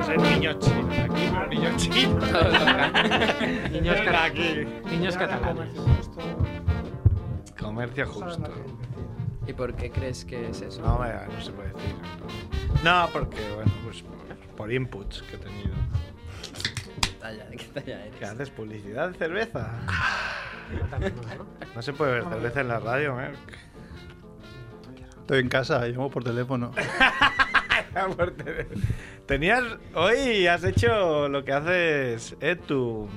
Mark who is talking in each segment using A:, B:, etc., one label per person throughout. A: Son Pues niños chinos aquí, pero niños chinos.
B: Niños
A: Venga,
B: cata-
A: aquí.
B: Niños
C: Ya era
B: catalanes.
C: comercio justo,
A: Comercio
C: saben la
A: justo.
C: gente, sí.
D: ¿Y por qué crees que es eso?
A: No, eh, no se puede decir. No, No, porque, bueno, pues por, por inputs que he tenido.
D: ¿Qué talla, qué talla eres?
A: ¿Qué haces? ¿Publicidad de cerveza?
C: También, ¿no?
A: No se puede ver cerveza en la radio, ¿eh? Merck.
E: Estoy en casa, llamo por teléfono.
A: Por teléfono. Tenías. Hoy has hecho lo que haces, eh, tu.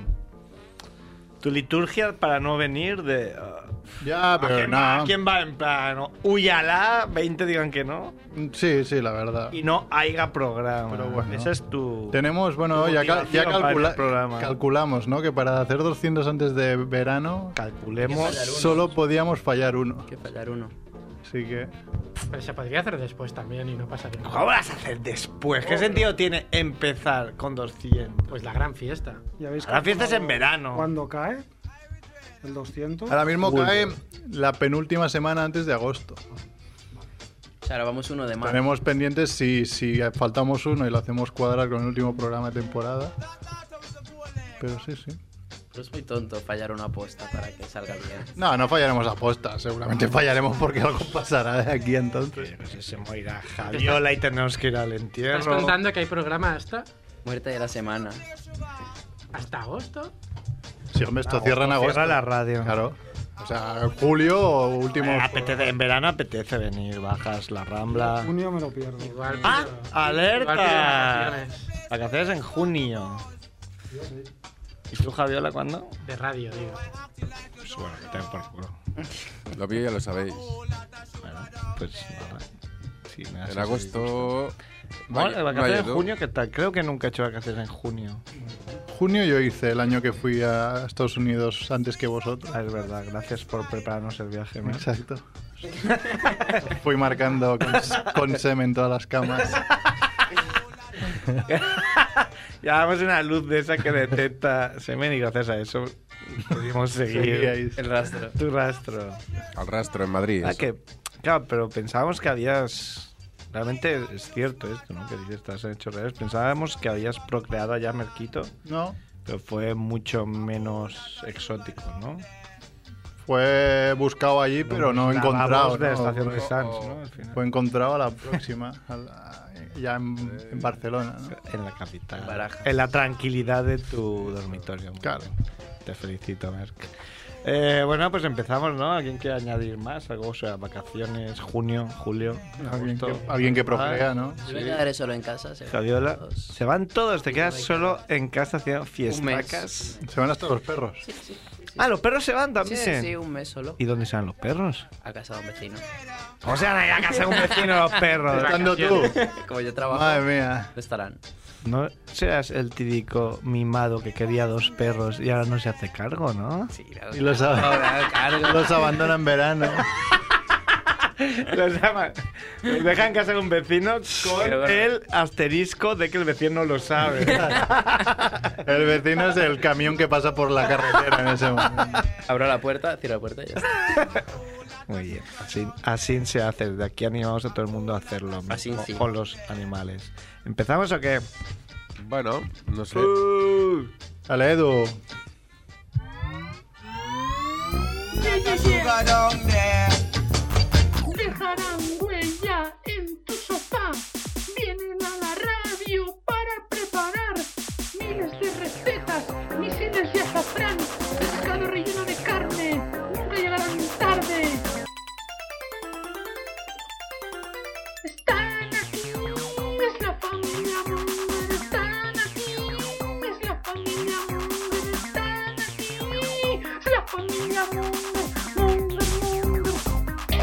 A: Tu liturgia para no venir de. uh,
E: Ya,
A: ¿a
E: Ah, pero
A: quién va?
E: no.
A: ¿A quién va en plan? Huyala, 20 digan que no.
E: Sí, sí, la verdad.
A: Y no haya programa.
E: Pero bueno.
A: Esa es tu.
E: Tenemos, bueno,
A: Tu
E: ya, cal-
A: motivación
E: ya
A: para
E: calcula-
A: el programa.
E: calculamos, ¿no? Que para hacer 200 antes de verano
A: Calculemos.
E: solo podíamos fallar uno.
D: Que fallar uno.
E: Así que
C: Pero se podría hacer después también y no pasaría
A: ¿Cómo
C: nada.
A: vas a hacer después? ¿Qué sentido tiene empezar con 200?
C: Pues la gran fiesta.
F: Ya veis
A: La fiesta es en
F: cuando-
A: verano.
F: Cuando cae el 200.
E: ahora mismo cae la penúltima semana antes de agosto.
D: O sea, ahora vamos uno de más.
E: Tenemos pendientes si, si faltamos uno y lo hacemos cuadrar con el último programa de temporada. Pero sí, sí.
D: Pero es muy tonto fallar una apuesta para que salga bien.
E: No, no fallaremos aposta, seguramente fallaremos porque algo pasará de aquí entonces.
A: No sé, se morirá Javiola y tenemos que ir al
C: ¿Estás
A: entierro.
C: contando que hay programa hasta,
D: Muerte de la semana.
C: hasta agosto?
E: Si hombre, esto cierra en agosto.
A: Cierra la radio.
E: Claro. O sea, julio o último.
A: Eh, apetece- en verano apetece venir, bajas la rambla.
F: Junio me lo pierdo.
C: Igual.
A: ¡Ah!
C: pero- igual pido
A: ¡Alerta!
C: vacaciones
A: Vacaciones en junio. ¿Y tú, Javiola, cuándo?
C: De radio, digo.
A: Pues bueno, que te por culo.
G: Lo mío ya lo sabéis.
A: Bueno, pues nada. Sí, me haces
G: En agosto.
A: Bueno,
G: Vaya-
A: vacaciones
G: vaya
A: en
G: tú.
A: junio, ¿qué tal? Creo que nunca he hecho vacaciones en junio.
E: Junio yo hice el año que fui a Estados Unidos antes que vosotros.
A: Ah, es verdad, gracias por prepararnos el viaje. Mer.
E: Exacto. fui marcando con, con semen todas las camas.
A: Llevábamos una luz de esa que detecta semen y gracias a eso pudimos seguir
E: Seguíais.
D: El rastro.
A: tu rastro.
G: Al rastro en Madrid.
A: Ah,
G: eso.
A: que, claro, pero pensábamos que habías. Realmente es cierto esto, ¿no? Que dices, estás en hechos reales. Pensábamos que habías procreado allá Merquito,
E: No,
A: pero fue mucho menos exótico, ¿no?
E: fue buscado allí, pero no
A: Nos
E: encontrado.
A: hablábamos de la
E: no.
A: estación de
E: Fue-
A: Sants, ¿no? Al final.
E: Fue encontrado a la próxima, a la- ya en, en Barcelona. ¿no?
A: En la capital.
D: En Barajas.
A: En la tranquilidad de tu dormitorio. Muy
E: Claro.
A: bien. Te felicito, Merck. Eh, bueno, pues empezamos, ¿no? ¿Alguien quiere añadir más? Algo, o sea, vacaciones, junio, julio,
E: Alguien
A: agosto.
E: que, alguien que procrea, ¿no?
D: Yo me quedaré solo en casa. se-
A: Javiola.
D: dos.
A: Se van todos, te quedas solo en casa haciendo
D: Un mes.
A: fiestacas.
E: Se van hasta los perros.
D: Sí, sí, sí.
A: Ah, los perros se van
D: Sí,
A: también.
D: sí, un mes solo.
A: ¿Y dónde están los perros?
D: A casa de un vecino.
A: ¿Cómo se van a ir a casa de un vecino los perros?
E: Estando tú.
D: Como yo trabajo,
E: Madre mía.
D: no estarán.
A: No seas el típico mimado que quería dos perros y ahora no se hace cargo, ¿no?
D: Sí, claro.
E: Y los, ab-
D: Ahora, cargo.
E: los abandona en verano.
A: Los llaman. Los dejan en casa de un vecino con el asterisco de que el vecino lo sabe.
E: El vecino es el camión que pasa por la carretera en ese momento.
D: Abro la puerta, cierro la puerta y ya está.
A: Muy bien. Así, así se hace. Desde aquí animamos a todo el mundo a hacerlo mismo
D: Así sí.
A: con los animales. ¿Empezamos o qué?
G: Bueno, no sé.
A: Uh.
E: Dale, Edu.
H: Dejarán huella en tu sofá. Vienen a la radio para preparar miles de recetas, misiles de azafrán, pescado relleno de carne. Nunca llegarán tarde. Están aquí, es la familia Munger. Están aquí, es la familia Munger. Están aquí, es la familia Munger. Munger, Munger. ¡Eh!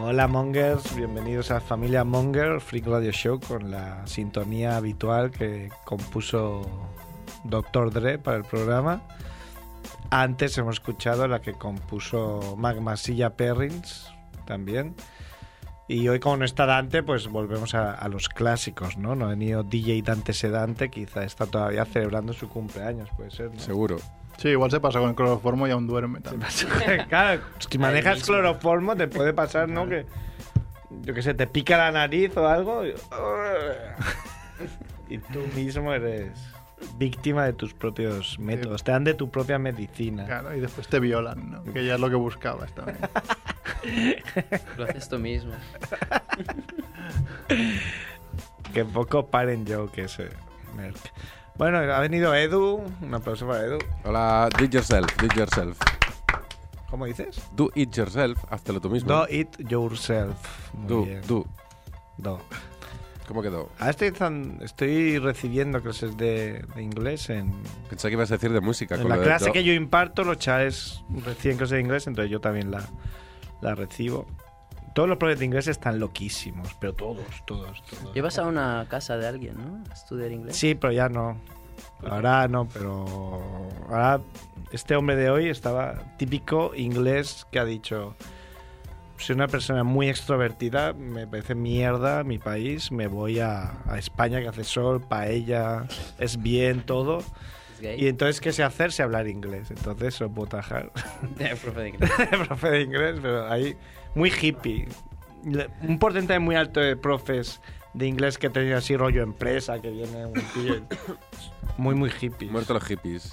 A: Hola Mongers, bienvenidos a Familia Monger, Freak Radio Show, con la sintonía habitual que compuso Dr. Dre para el programa. Antes hemos escuchado la que compuso Magma Silla Perrins también. Y hoy, como no está Dante, pues volvemos a, a los clásicos, ¿no? No ha venido DJ Dante Sedante, quizá está todavía celebrando su cumpleaños, puede ser, ¿no?
G: Seguro.
E: Sí, igual se pasa con el cloroformo y aún duerme también.
A: claro, si manejas
D: mismo.
A: cloroformo te puede pasar, ¿no? Que, yo qué sé, te pica la nariz o algo y, y tú mismo eres víctima de tus propios métodos, te dan de tu propia medicina.
E: Claro, y después te violan, ¿no? Que ya es lo que buscabas también.
D: Lo haces tú mismo.
A: Que poco paren yo que sé. Merck. Bueno, ha venido Edu, un aplauso para Edu.
G: Hola, do it yourself, do it yourself.
A: ¿Cómo dices?
G: Do it yourself, háztelo tú mismo.
A: Do it yourself. Muy
G: do,
A: bien.
G: do.
A: Do.
G: ¿Cómo quedó?
A: Ah, estoy, tan- estoy recibiendo clases de- de inglés en,
G: Pensé que ibas a decir de música.
A: En
G: con
A: la
G: lo de
A: clase
G: do.
A: que yo imparto, los chavales recién clase de inglés, entonces yo también la, la recibo. Todos los profes de inglés están loquísimos, pero todos, todos, todos.
D: Llevas a una casa de alguien, ¿no? A estudiar inglés.
A: Sí, pero ya no. Ahora no, pero. Ahora este hombre de hoy estaba típico inglés que ha dicho: Soy una persona muy extrovertida, me parece mierda mi país, me voy a, a España que hace sol, paella, es bien todo.
D: ¿Es gay?
A: Y entonces, ¿qué sé hacer? Sé hablar inglés. Entonces, lo puedo tajar.
D: Eh, profe de inglés.
A: profe de inglés, pero ahí muy hippie. Le- Un porcentaje muy alto de profes de inglés que tenían así rollo empresa, que viene un tío. Muy, muy hippie.
G: Muerto los hippies.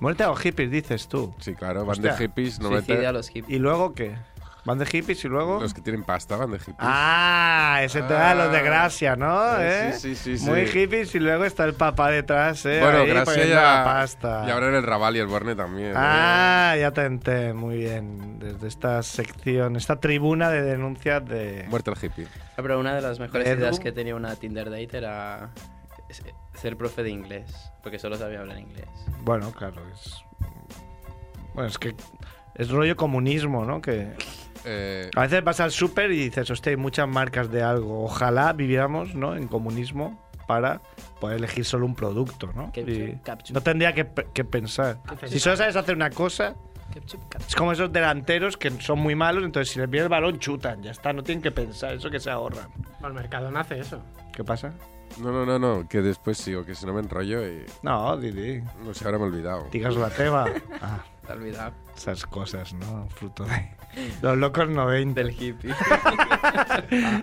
A: Muerte a los hippies, dices tú.
G: Sí, claro, van
A: Hostia.
G: de hippies. No
D: Suicidio a los hippies.
A: ¿Y luego qué? ¿Van de hippies y luego?
G: Los que tienen pasta van de hippies.
A: Ah, ese te da
G: Ah.
A: los de Gracia, ¿no?
G: Eh,
A: ¿Eh?
G: sí, sí, sí, sí.
A: Muy hippies y luego está el papá detrás, ¿eh?
G: bueno,
A: Ahí
G: gracias
A: poniendo
G: ya.
A: la pasta.
G: Y ahora en el Raval y el Borne también.
A: Ah, ya te enté, muy bien. Desde esta sección, esta tribuna de denuncias de...
G: eh. Muerto el hippie.
D: Ah, Pero una de las mejores
A: Edu.
D: ideas que tenía una Tinder date era es- eh, ser profe de inglés, porque solo sabía hablar inglés.
A: Bueno, claro, es... Bueno, es que es rollo comunismo, ¿no? Que
G: Eh,
A: a veces vas al súper y dices, hostia, hay muchas marcas de algo. Ojalá viviéramos, ¿no? En comunismo para poder elegir solo un producto, ¿no?
D: Capture,
A: Y
D: capture.
A: no tendría que, pe- que pensar.
C: Capture.
A: Si solo sabes hacer una cosa, es como esos delanteros que son muy malos, entonces si les viene el balón, chutan, ya está, no tienen que pensar, eso que se ahorran.
C: El Mercadona hace eso.
A: ¿Qué pasa?
G: no, no, no, no, que después sigo, que si no me enrollo y.
A: No, Didi.
G: No sé, ahora me he olvidado.
A: Digas la teba. Ah,
D: Te olvidaba
A: esas cosas, ¿no? Fruto de. Los locos 90.
D: del hippie.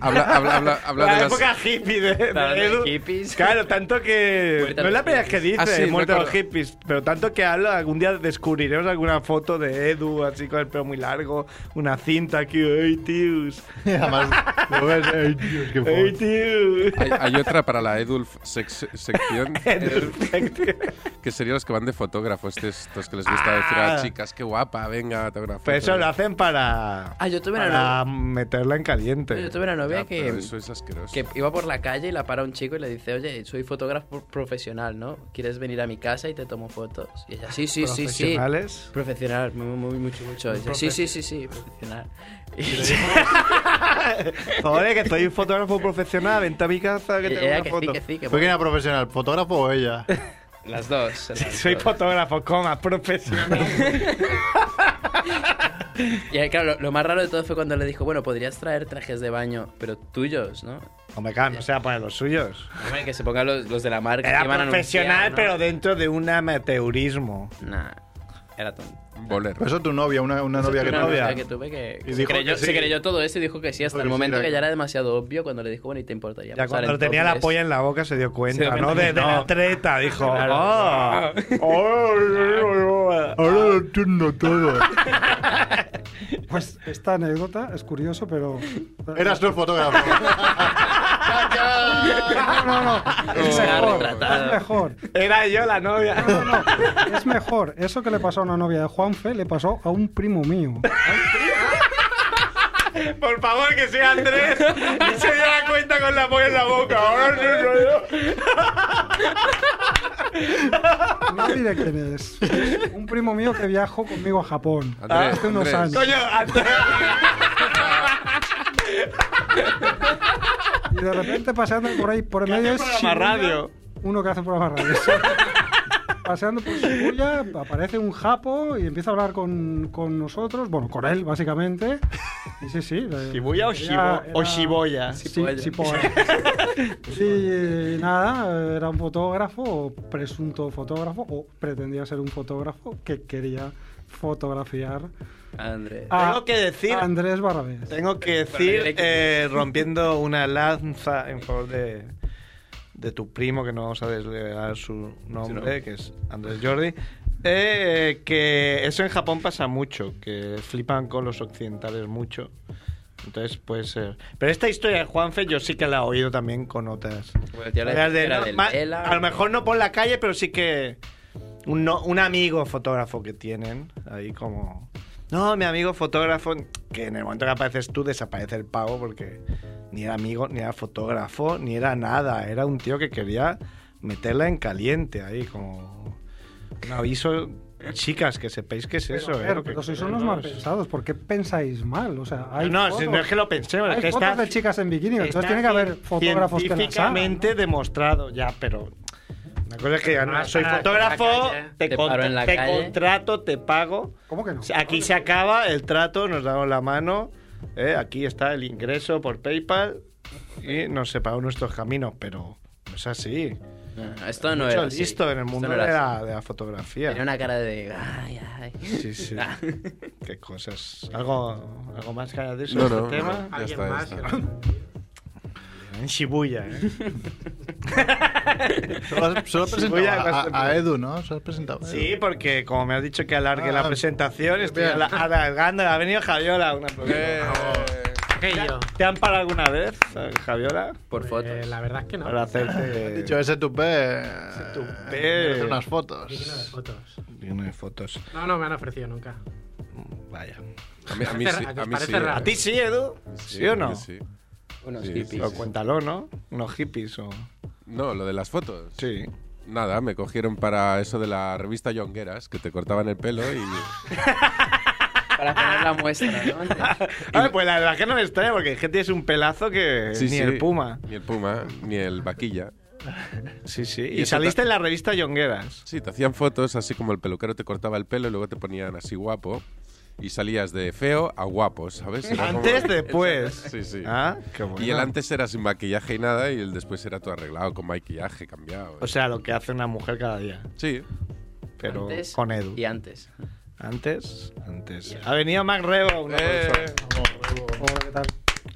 G: Habla, habla, habla, habla
A: la
G: de las.
A: época hippie de, de
D: Habla de
A: Edu.
D: hippies.
A: Claro, tanto que.
D: Muerte a
A: No es la
D: los
A: primera vez que dice
G: Ah, sí,
A: muerte a los
G: recuerdo.
A: hippies, pero tanto que habla. Algún día descubriremos alguna foto de Edu, así con el pelo muy largo, una cinta aquí. ¡Ey, tíos!
E: Y además, lo ves, ¡ay, Dios, qué
A: ¡Ey,
E: fuerte!
A: tíos!
G: Hay, hay otra para la Edulf sex- sección,
A: Edu, efectivamente.
G: que serían los que van de fotógrafo, estos, estos que les gusta decir a
A: Ah.
G: las chicas, qué guapa, venga, tengo una foto.
A: Pero Pues eso lo hacen para.
D: Ah, yo tuve una
A: Para meterla en caliente.
D: Yo tuve una novia
A: ¿eh?
G: Ya,
D: que,
G: pero eso es asqueroso.
D: que iba por la calle y la para un chico y le dice, oye, soy fotógrafo profesional, ¿no? ¿Quieres venir a mi casa y te tomo fotos? Y ella, sí, sí, sí, sí.
A: Profesionales.
D: Profesional, muy, muy, mucho, mucho. Ella, sí, sí, sí, sí, profesional. Y
A: Joder, que soy un fotógrafo profesional, vente a mi casa que
D: y
A: tengo
D: ella
A: una
D: Eh, que sí,
A: foto.
D: que sí, que
E: ¿Fue quién era profesional? ¿Fotógrafo o ella?
D: Las dos. las
A: Soy
D: dos.
A: fotógrafo, coma, profesional.
D: Y ahí, claro, lo, lo más raro de todo fue cuando le dijo, bueno, podrías traer trajes de baño, pero tuyos, ¿no?
A: Hombre, claro, no se va a poner los suyos.
D: Hombre, que se pongan los, los de la marca.
A: Era
D: que iban a
A: profesional,
D: anunciar, ¿no?
A: pero dentro de un amateurismo.
D: Nah, era tonto.
G: Voler.
E: Pues eso tu novia, una, una novia que
D: Una
E: novia.
D: novia que tuve que, que
E: Y
D: se,
E: dijo
D: creyó,
E: que sí.
D: se creyó todo eso y dijo que sí hasta
E: Dijo
D: el
E: que sí,
D: momento
E: era
D: que ya
E: que-
D: era demasiado obvio cuando le dijo, bueno, y te importaría
A: Ya
D: pasar
A: cuando
D: el
A: tenía
D: top
A: la
D: tres?
A: polla en la boca se dio
D: Se dio
A: cuenta, ¿no?
D: cuenta
A: De,
D: que
A: de la
D: no.
A: treta, dijo. "Ah, oh, oh".
E: Ahora lo entiendo todo.
F: Pues esta anécdota es curioso, pero.
E: Eras tú el fotógrafo.
F: No, no, no.
A: Ah,
F: Es
D: Se ha
F: mejor.
D: retratado.
F: Es mejor.
A: Era yo la novia.
F: No, no, no. Es mejor. Eso que le pasó a una novia de Juanfe le pasó a un primo mío.
A: Por favor, que sea Andrés. Y se dio la cuenta con la polla en la boca. Ahora no, no, no.
F: No diré quién es. Es un primo mío que viajó conmigo a Japón.
A: Ah,
G: Andrés,
F: hace unos
G: Andrés.
F: años.
A: Coño, Andrés.
F: Y de repente paseando por ahí, por el medio
A: Hace
F: es
A: programa
F: Shibuya,
A: radio.
F: Uno que hace programa radio. paseando por Shibuya, aparece un japo y empieza a hablar con, con nosotros, bueno, con él, básicamente. Y sí, sí. la-
A: Shibuya o, Shibo-
F: era-
A: o
F: era-
A: Shiboya.
F: Sí,
D: Shibuya.
F: Shibuya. Y eh, nada, era un fotógrafo, o presunto fotógrafo, o pretendía ser un fotógrafo que quería fotografiar
D: Andrés.
F: a
A: Tengo que decir,
F: Andrés Barrabés.
A: tengo que decir eh, rompiendo una lanza en favor de, de tu primo, que no vamos a desvelar su nombre, que es Andrés Jordi, eh, que eso en Japón pasa mucho, que flipan con los occidentales mucho. Entonces puede ser. Pero esta historia de Juanfe yo sí que la he oído también con otras.
D: Bueno, tío, la
A: Las de-
D: Pues, era
A: no,
D: del
A: ma-
D: Ela.
A: a lo mejor no por la calle, pero sí que un, no- un amigo fotógrafo que tienen ahí como... No, mi amigo fotógrafo, que en el momento que apareces tú desaparece el pavo porque ni era amigo, ni era fotógrafo, ni era nada. Era un tío que quería meterla en caliente ahí, como un aviso. Chicas, que sepáis que es eso,
F: Pero, a ver,
A: ¿eh?
F: pero sois unos mal pensados, ¿por qué pensáis mal? O sea, hay
A: no,
F: fotos,
A: si no es que lo pensé, es
F: hay
A: que
F: fotos
A: está-
F: de chicas en bikini, entonces
A: Está
F: tiene que haber fotógrafos que las hagan.
A: científicamente demostrado ya, pero la cosa es que ya no
C: Ah,
A: soy
C: ah,
A: fotógrafo,
C: en la calle.
A: te,
D: Te
A: contra-
D: paro en la
A: te
D: calle.
A: contrato, te pago.
F: ¿Cómo que no?
A: O sea, Aquí se acaba el trato, nos damos la mano, eh, aquí está el ingreso por PayPal y nos separamos nuestros caminos, pero no es así.
D: No, Ah, Esto no
A: Mucho
D: era. así.
A: listo en el
D: Esto
A: mundo
D: no
A: de,
D: era así.
A: la, de la fotografía.
D: Tenía una cara de. Ay, ay. Ah,
A: Sí, sí. Qué cosas. ¿Algo, algo más que añadir
G: No,
A: sobre
G: no.
A: este tema?
G: Ya
C: Alguien
G: está, ya
C: más.
G: está.
C: que lo-
A: En Shibuya, ¿eh?
E: Solo, solo has
A: Voy a-
E: presentado a, a- a Edu, ¿no? Solo has presentado a Edu.
A: Sí, porque como me has dicho que alargue
E: Ah,
A: la presentación, estoy
E: bien.
A: ala- alargando. Ha venido Javiola. Una pregunta.
C: Aquello.
A: ¿Te han parado alguna vez, eh, Javiola?
D: Por
C: Pues,
D: fotos.
C: La verdad es que no.
A: Para hacerte.
E: He dicho eh. ese tupé. Ese
A: tupé.
E: Hacer unas
C: Ni siquiera de
E: fotos.
C: fotos.
A: Lleno de fotos.
C: No, no me han ofrecido nunca.
A: Vaya.
G: A mí, a mí sí. A mí sí.
C: Parece raro.
A: ¿A ti sí, Edu? ¿Sí, o no?
G: Sí.
D: Unos
G: Sí,
D: hippies.
G: sí,
A: O cuéntalo, ¿no? Unos hippies o.
G: No, lo de las fotos.
A: Sí.
G: Nada, me cogieron para eso de la revista Yongueras, que te cortaban el pelo y...
D: Para poner la muestra, ¿no?
A: A ver, pues la verdad que no me extraña porque hay gente que es un pelazo que
G: Sí,
A: ni
G: sí.
A: el puma.
G: Ni el puma, ni el vaquilla.
A: Sí, sí.
G: Y
A: Y,
G: eso
A: saliste
G: ta-
A: en la revista Yongueras.
G: Sí, te hacían fotos, así como el peluquero te cortaba el pelo y luego te ponían así guapo. Y salías de feo a guapo, ¿sabes? Era como-
A: Antes, después.
G: Sí, sí.
A: Ah, qué bueno.
G: Y el antes era sin maquillaje y nada, y el después era todo arreglado, con maquillaje cambiado.
A: O sea, lo que hace una mujer cada día.
G: sí.
A: Pero
D: Antes
A: con Edu.
D: Y antes.
A: Antes, antes. Ha venido Mac Rebo,
E: Eh.
A: un aplauso.
F: Hola, ¿qué tal?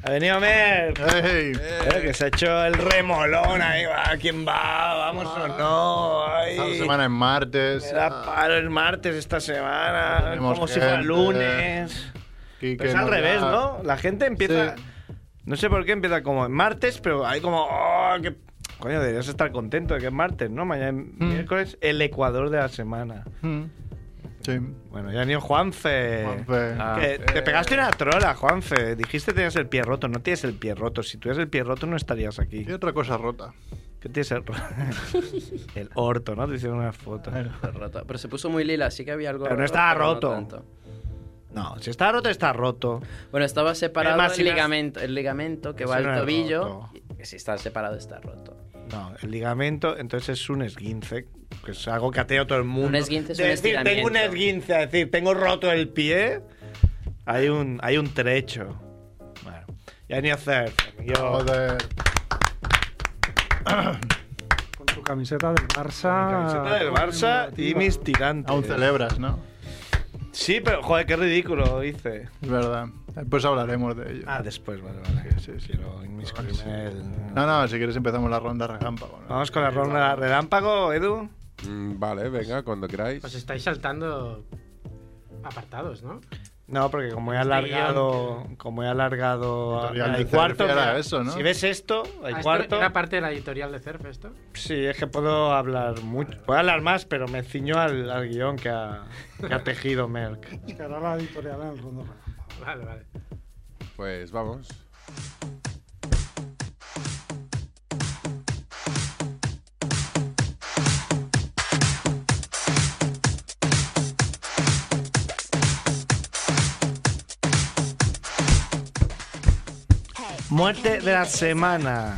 A: Ha venido Mer.
E: ¡Ey!
A: Eh, que se ha hecho el remolón ahí, va, ¿quién va? ¿Vamos o no? Ay,
E: Esta semana es martes.
A: me da palo el martes esta semana,
E: Tenemos
A: como si fuera
E: gente.
A: lunes.
E: Quique
A: Pero es al
E: no
A: revés,
E: da.
A: ¿no? La gente empieza,
E: Sí.
A: no sé por qué empieza como en martes, pero hay como, oh, que- coño, deberías estar contento de que es martes, ¿no? Mañana es
E: Hmm.
A: miércoles, el Ecuador de la semana.
E: Mm. Sí.
A: Bueno, ya ha venido Juanfe.
E: Juanfe.
D: Ah.
A: Que te tegaste una trola, Juanfe. Dijiste que tenías el pie roto. No tienes el pie roto. Si tuvieras el pie roto, no estarías aquí.
E: Y otra cosa rota.
A: ¿Qué tienes el ro- El orto, ¿no? Te hicieron una foto.
D: Fue roto. Pero se puso muy lila, así que había algo.
A: Pero no
D: raro,
A: estaba
D: no
A: roto.
D: tanto.
A: No, si está roto, está roto.
D: Bueno, estaba separado
A: Además, si
D: el
A: no es-
D: ligamento, el ligamento que va
A: Si no
D: al
A: es
D: tobillo.
A: roto.
D: y- Que si está separado está roto.
A: No, el ligamento, entonces es un esguince. Que es algo que ha tenido todo el mundo.
D: Un esguince es
A: De
D: un
A: decir, tengo un
D: estiramiento.
A: esguince, es decir, tengo roto el pie. Hay un, hay un trecho. Bueno, ya ni hacer. Yo.
E: Joder.
F: Con tu camiseta del Barça.
A: Camiseta
F: Ah,
A: del Barça y mis tirantes.
E: Aún celebras, ¿no?
A: Sí, pero joder, qué ridículo dice.
E: Es verdad. Después hablaremos de ello.
A: Ah, después, vale, vale. Quiero inmiscuirme en el-
E: No, no, si quieres empezamos la ronda relámpago. ¿no?
A: Vamos con la ronda relámpago, Edu.
G: Mm, vale, venga, cuando queráis.
C: Os estáis saltando apartados, ¿no?
A: No, porque como he alargado, como he alargado
E: Editorial
A: hay
E: de
A: cuarto,
E: Cervera,
A: mira,
E: eso, ¿no?
A: si ves esto, hay
C: Ah, esto
A: cuarto.
C: ¿Era parte de la editorial de Cerf esto?
A: Sí, es que puedo hablar mucho, puedo hablar más, pero me ciño al, al guión que ha, que ha tejido Merck.
F: Es que ahora la editorial en el Rondo Relámpago.
C: Vale, vale.
G: Pues vamos.
A: Muerte de la semana.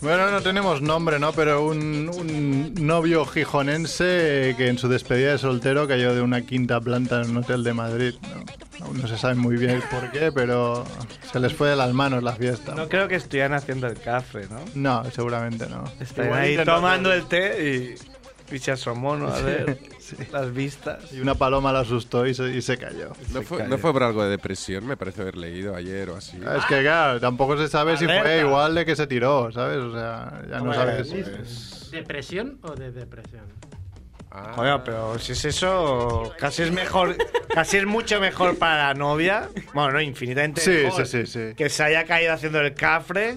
E: Bueno, no tenemos nombre, ¿no? Pero un, un novio gijonense que en su despedida de soltero cayó de una quinta planta en un hotel de Madrid. ¿no? Aún no se sabe muy bien el por qué, pero se les fue de las manos la fiesta.
A: No creo que estuvieran haciendo el café, ¿no?
E: No, seguramente no.
A: Estaban
E: Igual
A: ahí
E: intentando-
A: tomando el té y, y se asomó, ¿no? A ver las vistas.
E: Y una paloma la asustó y se, y se cayó.
G: No fue, no fue por algo de depresión, me parece haber leído ayer o así.
E: Ah, Es
B: Ah.
E: que claro, tampoco se sabe si fue
A: Alerta.
E: igual de que se tiró, ¿sabes? O sea, ya no
A: Hombre,
E: sabes.
C: ¿Depresión o de depresión?
G: Ah,
A: Oiga, pero si es eso, casi es mejor, casi es mucho mejor para la novia. Bueno, no, infinitamente
E: Sí,
A: mejor.
E: sí, sí, sí.
A: Que se haya caído haciendo el cafre,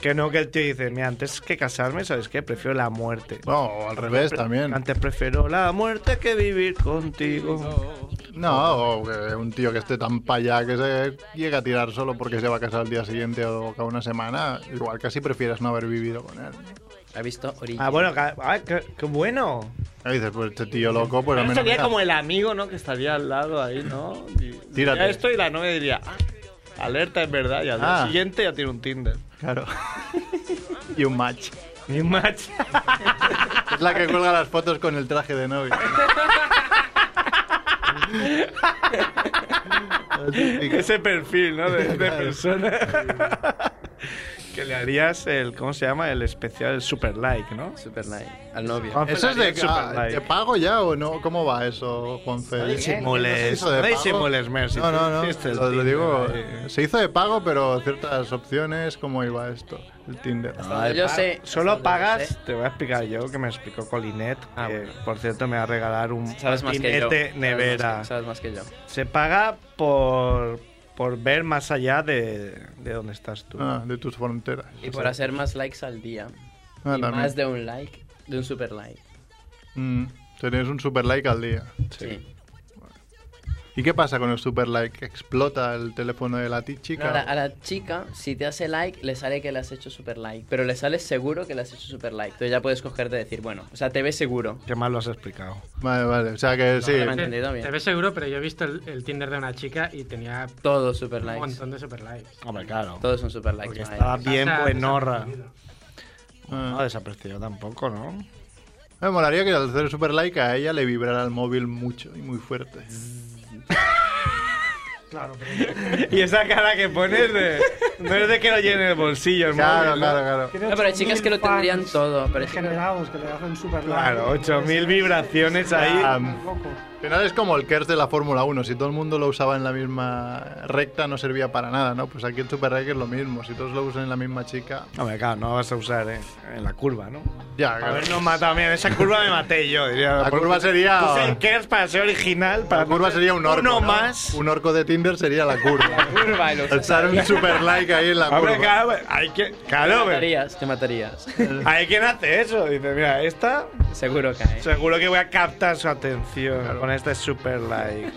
A: que no que el tío dice, mira, antes que casarme, ¿sabes qué? Prefiero la muerte.
E: No, o Oh, al revés también.
A: Antes prefiero la muerte que vivir contigo.
E: No, o que un tío que esté tan payá que se llega a tirar solo porque se va a casar al día siguiente o cada una semana, igual casi prefieres no haber vivido con él.
D: ¿Ha visto Origin?
A: Ah, bueno, ca- ah, qué, qué bueno.
E: Y dices, pues este tío loco, pues al
B: Pero
E: menos.
B: sería
E: mira,
B: como el amigo, ¿no? Que estaría al lado ahí, ¿no? Y-
E: Tírate.
B: diría esto y la novia diría, "Ah, alerta, es verdad. Y al día
E: Ah.
B: siguiente ya tiene un Tinder.
E: Claro. y un match.
A: Mi macho.
E: Es la que cuelga las fotos con el traje de novia.
A: Ese perfil, ¿no? De, de persona. que le harías el, ¿cómo se llama? El especial, el super like, ¿no?
D: Super nice. Al novio.
A: Juanfe
E: ¿Eso es
A: le
E: de,
A: haría el
E: ah,
A: super
E: ¿de
A: like.
E: pago ya o no? ¿Cómo va eso, Juanfe?
A: No disimules,
E: ¿Eso de
A: no
E: pago?
A: disimules, Mercy.
E: No, no, no.
D: Este
A: Hiciste el
E: Lo, lo
A: Tinder,
E: digo,
A: eh.
E: se hizo de pago, pero ciertas opciones. ¿Cómo iba esto? El Tinder.
A: Ah,
D: Yo sé.
A: Solo
D: Yo
A: pagas,
D: sé.
A: te voy a explicar yo, que me explicó Colinet,
D: ¿eh? Ah,
A: que,
D: bueno.
A: por cierto me va a regalar un
D: Sabes más que yo.
A: patinete nevera.
D: Sabes más que, sabes más que
A: Se paga por, por ver más allá de, de donde estás tú.
E: Ah, de tus fronteras.
D: yo. Y por hacer más likes al día.
E: Ah,
D: y
E: también.
D: más de un like, de un super like.
E: Mm, tenéis un super like al día.
D: Sí.
E: ¿Y qué pasa con el super like? ¿Explota el teléfono de la ti-
D: No, a, la, a
E: chica?
D: la chica, si te hace like, le sale que le has hecho super like. Pero le sale seguro que le has hecho super like. Entonces ya puedes cogerte y decir, bueno, o sea, te ves seguro.
A: Qué mal lo has explicado.
E: Vale, vale. O sea que sí.
D: me-
C: Te-
D: entendido bien.
C: Te ves seguro, pero yo he visto el, el Tinder de una chica y tenía
D: Todos super
C: un
D: likes.
C: montón de super likes.
A: Hombre, claro.
D: Todos son super likes.
A: Porque
D: Maya.
A: estaba bien
C: Pasa
A: buenorra.
C: desapercibido.
A: No
E: Ah.
A: desapareció tampoco, ¿no?
E: Me molaría que al hacer super like a ella le vibrara el móvil mucho y muy fuerte.
A: Y esa cara que pones de, no es de que lo llene el bolsillo, el móvil,
E: Claro,
A: ¿no?
E: claro, claro.
D: No, pero hay chicas que lo tendrían todo. Pero hay chicas-
F: Generados, que le hacen super
A: Claro,
F: like.
A: 8000 vibraciones ahí.
E: Ah,
F: Están locos.
E: Al final es como el Kers de la Fórmula 1. Si todo el mundo lo usaba en la misma recta, no servía para nada, ¿no? Pues aquí el Super Like es lo mismo. Si todos lo usan en la misma chica,
A: Hombre, claro, no vas a usar eh, en la curva, ¿no?
E: ya,
A: A
E: claro.
A: ver, no mata, mira, en esa curva me maté yo. Diría,
E: La curva sería.
A: Puse el Kers para ser original, para
E: La curva sería un orco.
A: Uno
E: ¿no?
A: más.
E: Un orco de Tinder sería la curva.
D: Curva, y lo-
E: Echar un super like ahí en la
A: Hombre,
E: curva.
A: claro, hay que,
D: Te
A: claro, hombre,
D: matarías, te matarías.
A: hay quien hace eso. Dice, mira, esta
D: Seguro cae.
A: seguro que voy a captar su atención
E: Claro.
A: con este super like.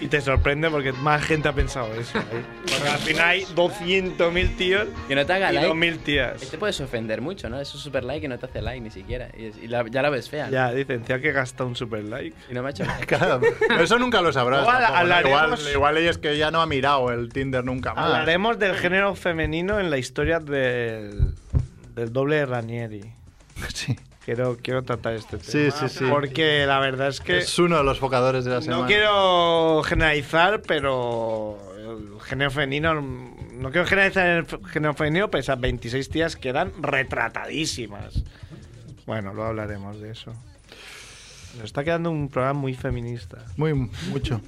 A: Y te sorprende porque más gente ha pensado eso. ¿eh? Porque al final hay 200.000 tíos
D: Que no te haga
A: y
D: like. Este
A: 2.000 tías.
D: Ahí Te puedes ofender mucho, ¿no? Eso es super like y no te hace like ni siquiera. Y, es- y la- ya la ves fea. ¿no?
A: Ya, dicen, tía que gasta un super like.
D: Y no me ha hecho like.
E: Claro, pero eso nunca lo sabrás.
A: Luego
E: tampoco, ¿no?
A: hablaremos-
E: Igual, igual ella es que ya no ha mirado el Tinder nunca más.
A: Hablaremos del género femenino en la historia del, del doble de Ranieri.
E: Sí.
A: Quiero, quiero tratar este tema.
E: Sí, sí, sí.
A: Porque la verdad es que
E: Es uno de los focadores de la semana.
A: no quiero generalizar, pero el género femenino. No quiero generalizar el f- género femenino, pero esas 26 tías quedan retratadísimas. Bueno, luego hablaremos de eso. Nos está quedando un programa muy feminista.
E: Muy mucho.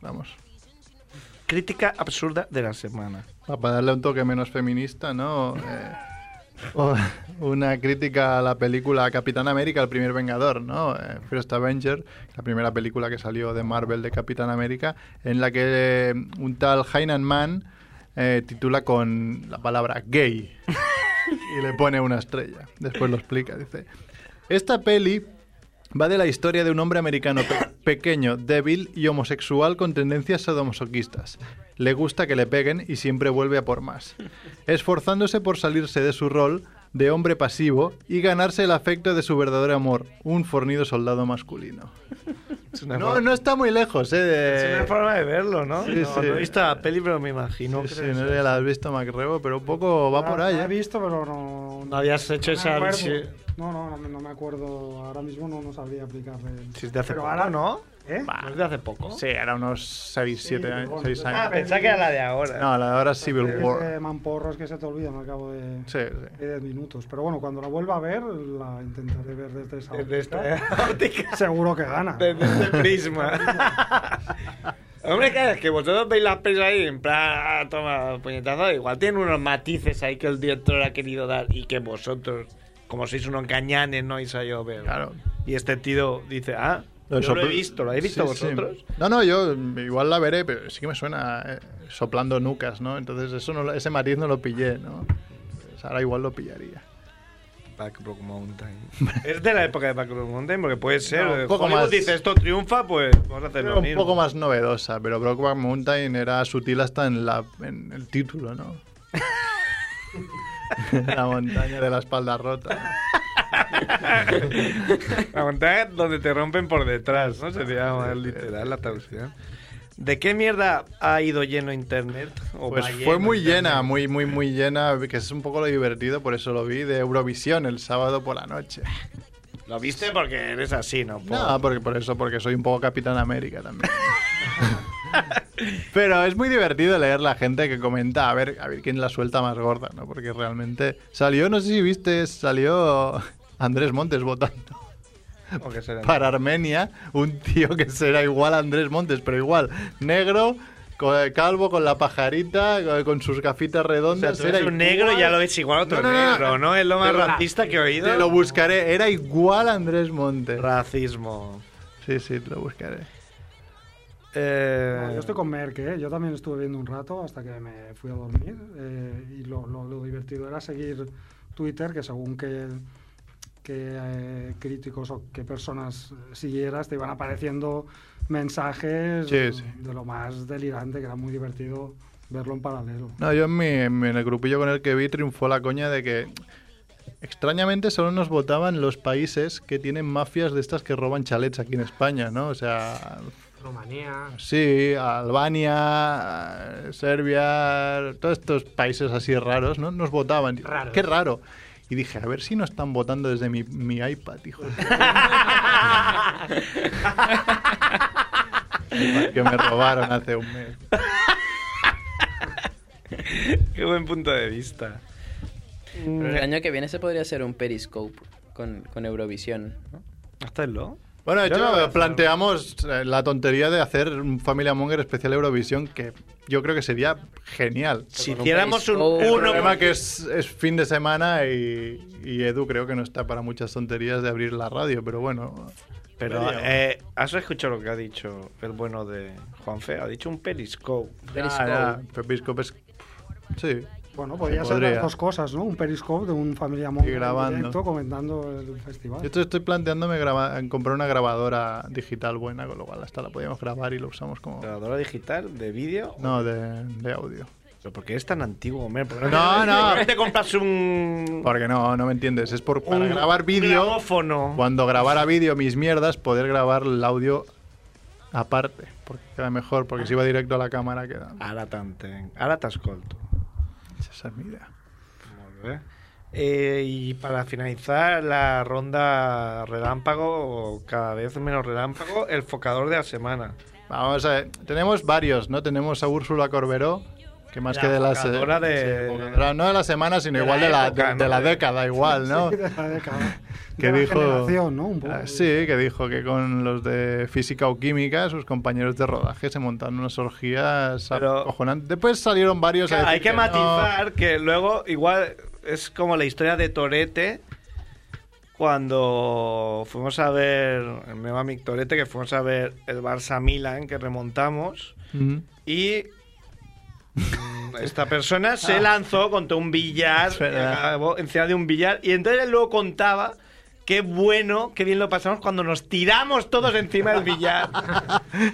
E: Vamos.
A: Crítica absurda de la semana.
E: Ah, Para darle un toque menos feminista, ¿no? Eh, o- una crítica a la película Capitán América, el primer Vengador, ¿no? Eh, First Avenger, la primera película que salió de Marvel de Capitán América, en la que eh, un tal Hainan Man eh, titula con la palabra gay y le pone una estrella. Después lo explica, dice. Esta peli va de la historia de un hombre americano pe- pequeño, débil y homosexual con tendencias sadomasoquistas. Le gusta que le peguen y siempre vuelve a por más. Esforzándose por salirse de su rol de hombre pasivo y ganarse el afecto de su verdadero amor, un fornido soldado masculino.
A: Es una
E: No,
A: forma-
E: no está muy lejos, ¿eh?
A: es
E: de-
A: una forma de verlo, ¿no?
E: Sí,
A: no,
E: sí.
A: no he visto la peli, pero me imagino.
E: No sé, no sé si la has visto, Macrebo, pero un poco va por
F: La he
E: ahí, ¿eh?
F: visto, pero no.
A: No habías hecho
F: me
A: esa-
F: acuerdo.
A: sí.
F: No, no, no, me- no me acuerdo. Ahora mismo no, no sabría aplicarle. el-
A: Si es de hace
F: pero
A: poco,
F: ahora
A: ¿no?
F: ¿Eh?
A: ¿No es de hace poco?
E: Sí, era unos 6, 7
F: pero
E: años.
F: bueno,
E: seis
F: ah,
E: años.
A: Pensaba que era la de ahora.
E: No, la de ahora es Civil
F: Es
E: War.
F: de mamporros que se te olvidan al cabo de
E: Sí, sí.
F: de 10 minutos. Pero bueno, cuando la vuelva a ver, la intentaré ver desde esa.
A: Desde
F: óptica.
A: esta óptica.
F: Seguro que gana. Eh,
A: Desde este prisma. Hombre, claro, es que vosotros veis las pelis ahí en plan, ah, toma, puñetazo. Igual tienen unos matices ahí que el director ha querido dar y que vosotros, como sois unos cañanes, no habéis sabido ver.
E: Claro.
A: Y este tío dice, ah,
E: Lo de
A: yo lo he
E: sopl-
A: visto, ¿lo habéis visto
E: Sí, sí.
A: vosotros?
E: No, no, yo mm, igual la veré, pero sí que me suena eh, soplando nucas, ¿no? Entonces eso no, lo- ese matiz no lo pillé, ¿no? Pues ahora igual lo pillaría.
A: Backroom Mountain. es de la época de Backroom Mountain, porque puede ser.
E: No, un
A: eh,
E: poco
A: Hollywood
E: más.
A: dice, esto triunfa, pues vamos a hacer
E: Era
A: lo
E: un
A: mismo.
E: poco más novedosa, pero Brokeback Mountain era sutil hasta en, la, en el título, ¿no? la montaña de la espalda rota.
A: La montaña donde te rompen por detrás, ¿no? Sería más literal la traducción. ¿De qué mierda ha ido lleno internet? O
E: Pues
A: va
E: fue
A: lleno
E: muy
A: internet.
E: llena, muy, muy, muy llena, que es un poco lo divertido, por eso lo vi, de Eurovisión el sábado por la noche.
A: Lo viste porque eres así, ¿no? Por-
E: No, porque, por eso, porque soy un poco Capitán América también. Pero es muy divertido leer la gente que comenta a ver, a ver quién la suelta más gorda, ¿no? Porque realmente salió, no sé si viste, salió Andrés Montes votando
A: o que será.
E: para Armenia, un tío que será igual a Andrés Montes, pero igual, negro, co- calvo, con la pajarita, co- con sus gafitas
A: O sea,
E: redondas.
A: tú eres
E: era
A: un negro y
E: igual.
A: ya lo ves igual a otro
E: No, no, no, no.
A: negro, ¿no? Es lo más
E: Te lo-
A: racista que he oído.
E: Te lo buscaré, era igual a Andrés Montes.
A: Racismo.
E: Sí, sí, te lo buscaré.
A: Eh,
F: No, yo estoy con Merck, ¿eh? yo también estuve viendo un rato hasta que me fui a dormir eh, y lo, lo- lo divertido era seguir Twitter, que según qué, qué, eh, críticos o qué personas siguieras te iban apareciendo mensajes
E: Sí, sí.
F: de lo más delirante, que era muy divertido verlo en paralelo.
E: No, yo en, mi, en mi- en el grupillo con el que vi triunfó la coña de que extrañamente solo nos votaban los países que tienen mafias de estas que roban chalets aquí en España, ¿no? O sea,
C: Rumanía.
E: sí, Albania, Serbia, todos estos países así raros, ¿no? Nos votaban.
C: Raros.
E: Qué raro. Y dije, a ver si no están votando desde mi, mi iPad, hijo. de- que me robaron hace un mes.
A: Qué buen punto de vista.
E: Mm.
D: Pero el año que viene se podría hacer un Periscope con, con Eurovisión. ¿no?
A: Hacedlo.
E: Bueno, de
A: Yo no
E: hecho,
A: voy a hacer.
E: planteamos eh, la tontería de hacer un Family Monger especial Eurovisión, que yo creo que sería genial.
A: Si
D: con un
A: hiciéramos un
D: periscope.
E: El
D: Uno-
E: problema que es, es fin de semana y, y Edu creo que no está para muchas tonterías de abrir la radio, pero bueno.
A: Pero,
E: Media hora.
A: eh, ¿has escuchado lo que ha dicho el bueno de Juanfe? Ha dicho un periscope.
D: Periscope.
E: Ah, ya, Periscope es... Sí.
F: Bueno, podría
E: Se
F: ser
E: podría.
F: las dos cosas, ¿no? Un periscope de un familia Monger en
E: grabando.
F: directo comentando el festival.
E: Yo te estoy planteándome graba- comprar una grabadora digital buena, con lo cual hasta la podíamos grabar y lo usamos como...
A: Grabadora digital de vídeo.
E: No, de, de audio.
A: ¿Pero por qué es tan antiguo, hombre? ¿Por qué
E: No, no.
A: Te compras un.
E: Porque no, no me entiendes. Es por, para
A: un
E: grabar vídeo...
A: gramófono.
E: Cuando grabara vídeo mis mierdas, poder grabar el audio aparte. Porque queda mejor, porque si va directo a la cámara queda.
A: Ahora t'entenc. Ahora t'escolto.
E: Esa es mi idea.
A: Molt bé. Eh, y para finalizar la ronda relámpago, o cada vez menos relámpago, el focador de la semana.
E: Vamos a ver. Tenemos varios, ¿no? Tenemos a Úrsula Corberó, que más
A: La
E: que de la se-
A: focadora de-
E: sí, focadora, no de la semana, sino
A: de
E: igual
A: la
E: de la,
A: época,
E: de- de
A: ¿no?
E: la década, igual, ¿no?
F: Sí, de la década.
E: Que
F: De la
E: dijo-
F: generación, ¿no? Un poco.
E: Ah, Sí, que dijo que con los de física o química, sus compañeros de rodaje se montaron unas orgías
A: Pero-
E: acojonantes. Después salieron varios. a
A: Claro, hay
E: decir
A: que,
E: no.
A: matizar que luego igual es como la historia de Torete cuando fuimos a ver el meu amic Torete que fuimos a ver el Barça Milan que remontamos
E: Ujú.
A: y mm, esta persona se lanzó contra un billar
E: Es verdad.
A: acabó encima de un billar y entonces él luego contaba Qué bueno, qué bien lo pasamos cuando nos tiramos todos encima del billar.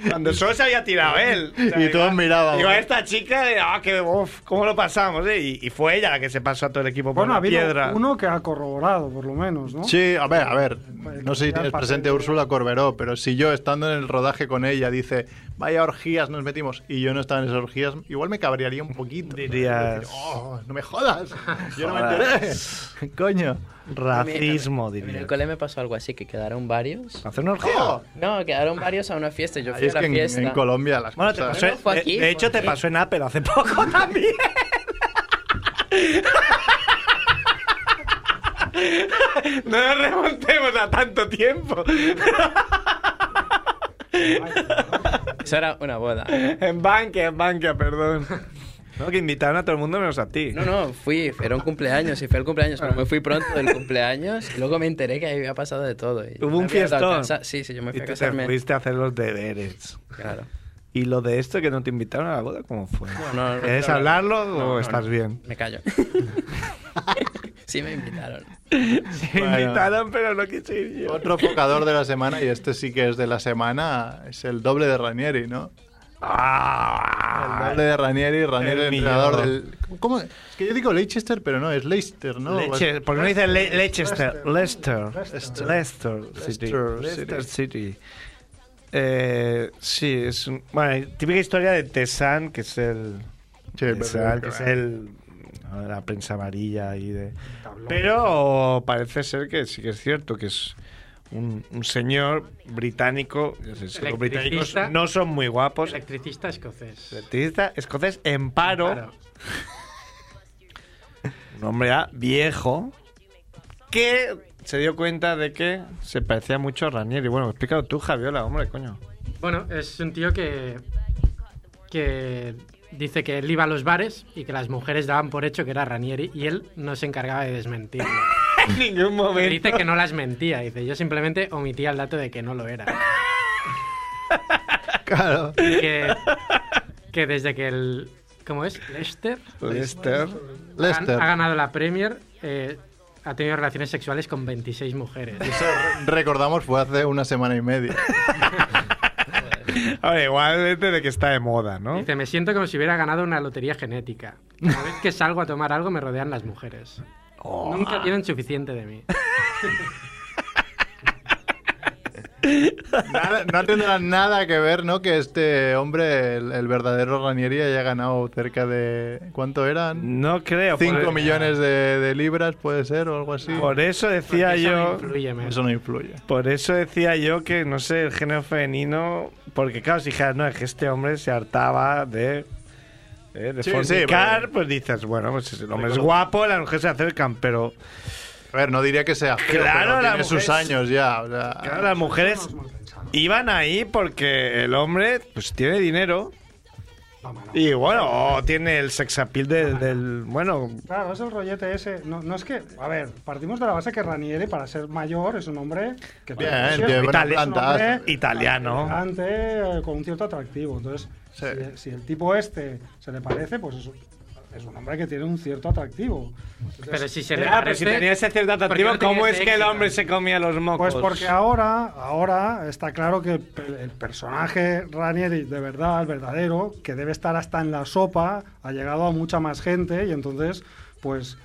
A: Cuando solo se había tirado él. O sea,
E: Y todos
A: digo,
E: miraban.
A: Digo, esta chica, digo, ah, qué, uf, ¿cómo lo pasamos? eh? Y, y fue ella la que se pasó a todo el equipo por
F: Bueno, ha
A: la
F: habido
A: piedra.
F: uno que ha corroborado, por lo menos, ¿no?
E: Sí, a ver, a ver. No sé si tienes presente a Úrsula Corberó, pero si yo estando en el rodaje con ella dice, vaya orgías nos metimos, y yo no estaba en esas orgías, igual me cabrearía un poquito.
A: Dirías-
E: "Oh, no me jodas. Yo no me enteré.
A: Jodas.
E: Coño.
A: Racismo,
D: En
A: diría.
D: el cole me pasó algo así, que quedaron varios.
A: ¿Hacer una orgía?
E: Oh,
D: No, quedaron varios a una fiesta. Yo
E: ahí
D: fui
E: es
D: a la
E: que en,
D: fiesta.
E: en Colombia las
A: Bueno, te
E: cosas.
A: pasó,
D: Bueno, fue
A: de-
D: aquí,
A: de hecho,
D: fue
A: te
D: aquí.
A: pasó en Apple hace poco también. No nos remontemos a tanto tiempo.
D: Eso era una boda.
A: En Bankia, en Bankia, perdón. No, que invitaron a todo el mundo menos a ti.
D: No, no, fui, era un cumpleaños, y fue el cumpleaños, pero me fui pronto del cumpleaños y luego me enteré que había pasado de todo. y
A: Hubo
D: me
A: un
D: había dado
A: fiestón.
D: casa- Sí, sí, yo me
A: y
D: fui a
A: tú te
D: casarme.
A: fuiste a hacer los deberes.
D: Claro.
A: ¿Y lo de esto que no te invitaron a la boda, cómo fue?
D: No, no, no,
A: ¿Quieres
D: no, no.
A: hablarlo
D: No,
A: o
D: no, no.
A: estás bien?
D: Me callo. sí me invitaron.
A: Sí,
E: Bueno.
A: invitaron, pero no quise ir yo.
E: Otro focador de la semana, y este sí que es de la semana, es el doble de Ranieri, ¿no? El
A: Ah,
E: doble de Ranieri, Ranieri
A: el
E: el entrenador
A: mío.
E: del... ¿Cómo? Es que yo digo Leicester, pero no, es Leicester, ¿no?
A: Leche- ¿Por qué no dice Le- Leicester? Leicester.
E: Leicester.
A: Leicester City.
E: Leicester
A: Leicester City. Eh, sí, es un, bueno, típica historia de Tessan, que es el
E: Sí, pero-
A: Tessan, que es el la prensa amarilla y de
F: Tablón.
A: pero parece ser que sí que es cierto que es un, un señor británico, ya sé, si los británicos
C: Electricista.
A: no son muy guapos,
C: Electricista escocés.
A: electricista escocés en paro,
C: Claro.
A: un hombre ya viejo que se dio cuenta de que se parecía mucho a Ranieri. Bueno, explícalo tú, Javiola, hombre, coño.
C: Bueno, es un tío que, que dice que él iba a los bares y que las mujeres daban por hecho que era Ranieri y él no se encargaba de desmentirlo.
A: En ningún momento.
C: Dice que no las mentía, dice, yo simplemente omitía el dato de que no lo era.
E: Claro.
C: Y que, que desde que el... ¿Cómo es? Lester
A: Leicester.
E: Leicester.
C: Ha, ha ganado la Premier, eh, ha tenido relaciones sexuales con 26 mujeres.
E: Eso recordamos fue hace una semana y media.
A: A ver, igual vete de que está de moda, ¿no?
C: Dice, me siento como si hubiera ganado una lotería genética. Cada vez que salgo a tomar algo me rodean las mujeres.
A: Oh.
C: Nunca tienen suficiente de mí.
E: Nada- no tendrá nada que ver, ¿no? Que este hombre, el, el verdadero Ranieri, haya ganado cerca de... ¿Cuánto eran?
A: No creo.
E: 5
A: por-
E: millones de, de libras, puede ser, o algo así.
A: Por eso decía
C: Eso no
A: yo.
C: influye, men.
E: Eso no influye.
A: Por eso decía yo que, no sé, el género femenino. Porque, claro, si dijeras, no, es que este hombre se hartaba de. eh, de
E: Sí, sí,
A: fornicar,
E: vale.
A: pues dices, bueno, pues el hombre es guapo, las mujeres se acercan, pero.
E: A ver, no diría que sea feo,
A: Claro,
E: pero
A: la
E: tiene
A: mujer
E: sus
A: es-
E: años ya. o sea,
A: Claro, las mujeres
F: Mal pensado.
A: iban ahí porque el hombre, pues tiene dinero.
F: Toma, no.
A: Y bueno, o tiene el sex appeal del. del- bueno,
F: Claro, es el rollete ese. No, no es que, a ver, partimos de la base que Ranieri, para ser mayor, es un hombre que
E: Bien,
F: parece ser-
E: tiene buena
A: Itali-
E: planta.
F: hombre-
A: italiano.
F: elegante, eh, con un cierto atractivo. Entonces,
E: Sí.
F: si, si el tipo este se le parece, pues es, es un hombre que tiene un cierto atractivo. Entonces,
C: Pero si se le
A: Claro, pero
C: parece...
A: si tenía ese cierto atractivo,
C: ¿por qué no
A: ¿cómo
C: tenía
A: es
C: ese
A: que el
C: éxito?
A: hombre se comía los mocos?
F: Pues porque ahora, ahora está claro que el, pe- el personaje Ranieri de verdad, el verdadero, que debe estar hasta en la sopa, ha llegado a mucha más gente y entonces, pues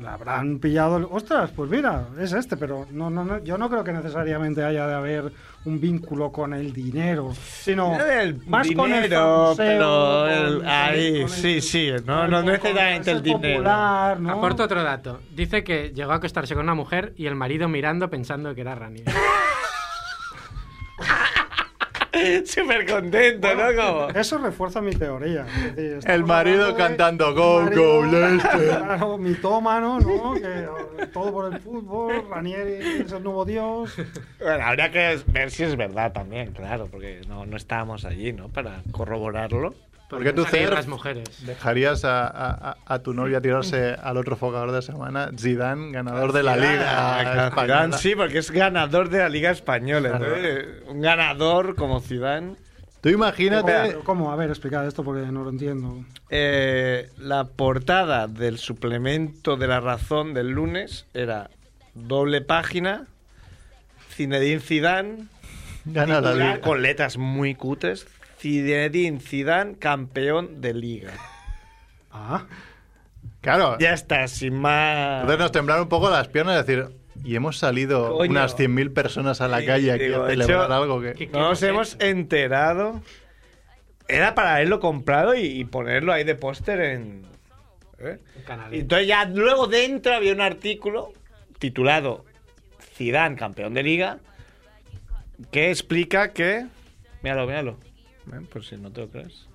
F: la habrán pillado. el- Ostras, pues mira, es este, pero no, no, no, yo no creo que necesariamente haya de haber un vínculo con el dinero, sino
A: Era el
F: más con el
A: dinero,
F: famoseo,
A: pero
F: con-
A: el-
F: con-
A: ahí,
F: con el-
A: sí, sí, no,
F: con el-
A: no
F: con-
A: necesariamente
F: con
A: el dinero.
F: popular, ¿no?
C: Aporto otro dato. Dice que llegó a acostarse con una mujer y el marido mirando pensando que era Ranieri.
A: Súper contento, ¿no? Como-
F: Eso refuerza mi teoría. Es decir, estamos
E: El marido
F: hablando de-
E: cantando, "Go,
F: el marido,
E: go, Leicester".
F: Claro, mitómano, ¿no? Que oh, todo por el fútbol, Ranieri es el nuevo dios.
A: Bueno, habría que ver si es verdad también, claro, porque no, no estábamos allí, ¿no? Para corroborarlo.
E: ¿Por qué tú
C: Salían
E: celebras-
C: las mujeres.
E: ¿Dejarías a, a- a- a tu novia tirarse al otro focador de la semana? Zidane, ganador de la liga.
A: Ah, Zidane,
E: española.
A: sí, porque es ganador de la Liga Española. entonces, eh, un ganador como Zidane.
E: Tú imagínate...
F: ¿Cómo? eh, ¿Cómo? A ver, explicad esto porque no lo entiendo.
A: Eh, la portada del suplemento de la razón del lunes era doble página Zinedine Zidane,
E: Gana la
A: titular,
E: liga.
A: con letras muy cutes, Zinedine Zidane, campeón de liga.
C: Ah,
E: Claro.
A: Ya está, sin más...
E: Entonces nos temblaron un poco las piernas y decir, y hemos salido
A: Coño.
E: unas 100.000 personas a la
A: Sí,
E: calle aquí
A: digo,
E: a celebrar
A: hecho-
E: algo que...
C: ¿Qué-
A: No nos hemos enterado. Era para haberlo comprado y, y ponerlo ahí de póster en. ¿eh?
C: canal.
A: Y Entonces ya luego dentro había un artículo titulado Zidane, campeón de liga, que explica que. Míralo, míralo. Eh, Por si no te lo crees.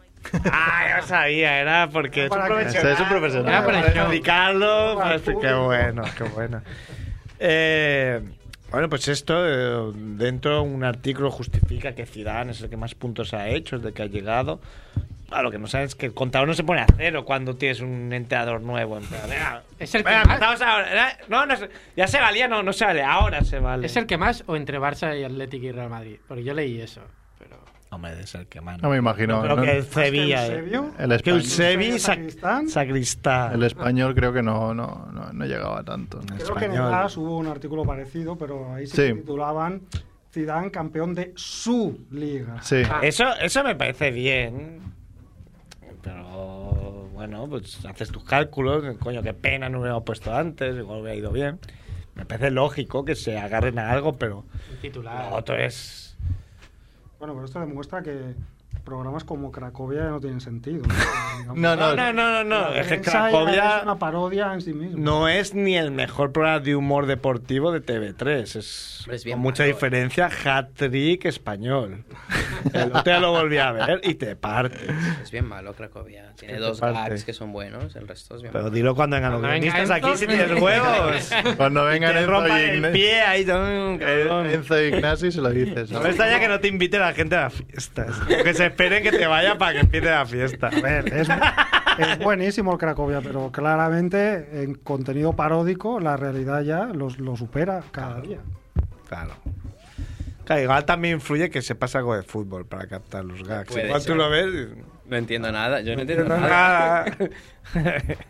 A: ah, ya sabía, era porque es un
F: Para que-
A: profesional.
E: Es un profesional.
C: Era para el show.
A: explicarlo.
F: Para el
A: pues, qué
F: público.
A: bueno, qué bueno. Eh, bueno, pues esto, eh, dentro un artículo justifica que Zidane es el que más puntos ha hecho desde que ha llegado. A Ah, lo que no sabes es que el contador no se pone a cero cuando tienes un entrenador nuevo. en plan, venga,
C: Es el que
A: venga,
C: más.
A: empezamos ahora, ¿eh? No, no, se- ya se valía, no, no se vale, ahora se vale.
C: ¿Es el que más o entre Barça y Atlético y Real Madrid? Porque yo leí eso. Pero...
A: Hombre, es el que más.
E: No me imagino.
A: creo
E: ¿no?
A: que el Sevilla.
F: ¿Es que
A: eh.
F: Eusebio?
E: El,
A: Que el
E: español,
A: Sevilla
F: Sacristán.
A: sacristán.
E: el español creo que no, no, no, no llegaba tanto. ¿no?
F: Creo que en el
A: español.
F: AS hubo un artículo parecido, pero ahí sí,
E: Sí.
F: que titulaban Zidane campeón de su liga.
E: Sí.
C: Ah.
A: Eso, eso me parece bien. Pero bueno, pues haces tus cálculos. Coño, qué pena no me hubiera puesto antes. Igual hubiera ido bien. Me parece lógico que se agarren a algo, pero
C: el Titular.
A: lo otro es.
F: Bueno, pero esto demuestra que programas como Cracovia ya no tienen sentido. ¿no?
E: No,
A: No, no,
E: no,
A: no, no. no. Es que
F: Esa ya
A: Cracovia
F: Es una parodia en sí mismo.
A: no es ni el mejor programa de humor deportivo de TV3. Es,
D: Hombre, es bien
A: con mucha
D: malo, eh.
A: diferencia, hat-trick español. El otro día lo volví a ver y te partes.
D: Es bien malo Cracovia. Tiene
A: que
D: dos
A: te parte.
D: gags que son buenos, el resto es bien
A: Pero
D: malo.
A: dilo cuando vengan los
C: Cuando venga
A: guionistas aquí
C: Enzo.
A: si tienes huevos.
E: Cuando
A: Y
E: vengan
A: te rompan
E: Enzo y,
A: el
E: Igne-
A: pie ahí, también, cabrón.
E: Enzo y Ignasi se lo dices.
A: No me extraña que no te invite la gente a las fiestas. O Que se esperen que te vaya para que empiece la fiesta.
F: A ver, es, es buenísimo el Cracovia, pero claramente en contenido paródico la realidad ya los- lo supera cada día.
A: Claro. Claro, igual también influye que se pasa algo de fútbol para captar los gags.
D: Puede
A: Igual tú
D: ser.
A: lo ves.
D: No entiendo nada, yo no
A: y-
D: entiendo nada.
A: Nada.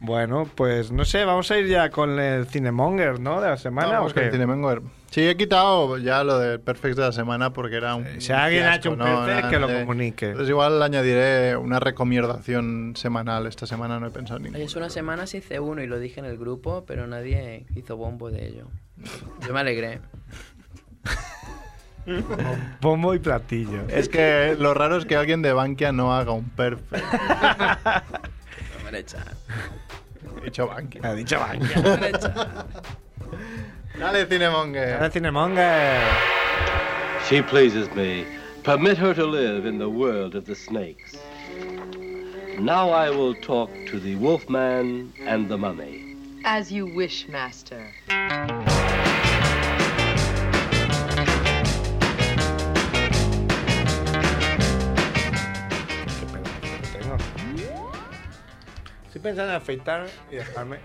A: bueno, pues no sé, vamos a ir ya con el Cinemonger, ¿no? De la semana.
E: Vamos
A: ¿o
E: con
A: qué?
E: el Cinemonger. Sí, he quitado ya lo del Perfect de la semana porque era un.
A: Eh, si alguien ha hecho un perfect, que lo
E: eh,
A: comunique.
E: Entonces, igual añadiré una recomendación semanal. Esta semana no he pensado en
D: Hace
E: ninguna.
D: una semana se hice uno y lo dije en el grupo, pero nadie hizo bombo de ello. Yo me alegré.
A: Pombo y platillo.
E: Es que lo raro es que alguien de Bankia no haga un perfect.
D: No me lo echan.
E: He dicho Bankia.
A: Ha dicho Bankia.
D: No me lo echan.
E: Dale,
A: Ahora
E: Cinemonger.
A: Cinemonger.
I: She pleases me. Permit her to live in the world of the snakes. Now I will talk to the wolfman and the mummy.
J: As you wish, Master.
A: Qué pedo que tengo. Estoy pensando en afeitarme y dejarme.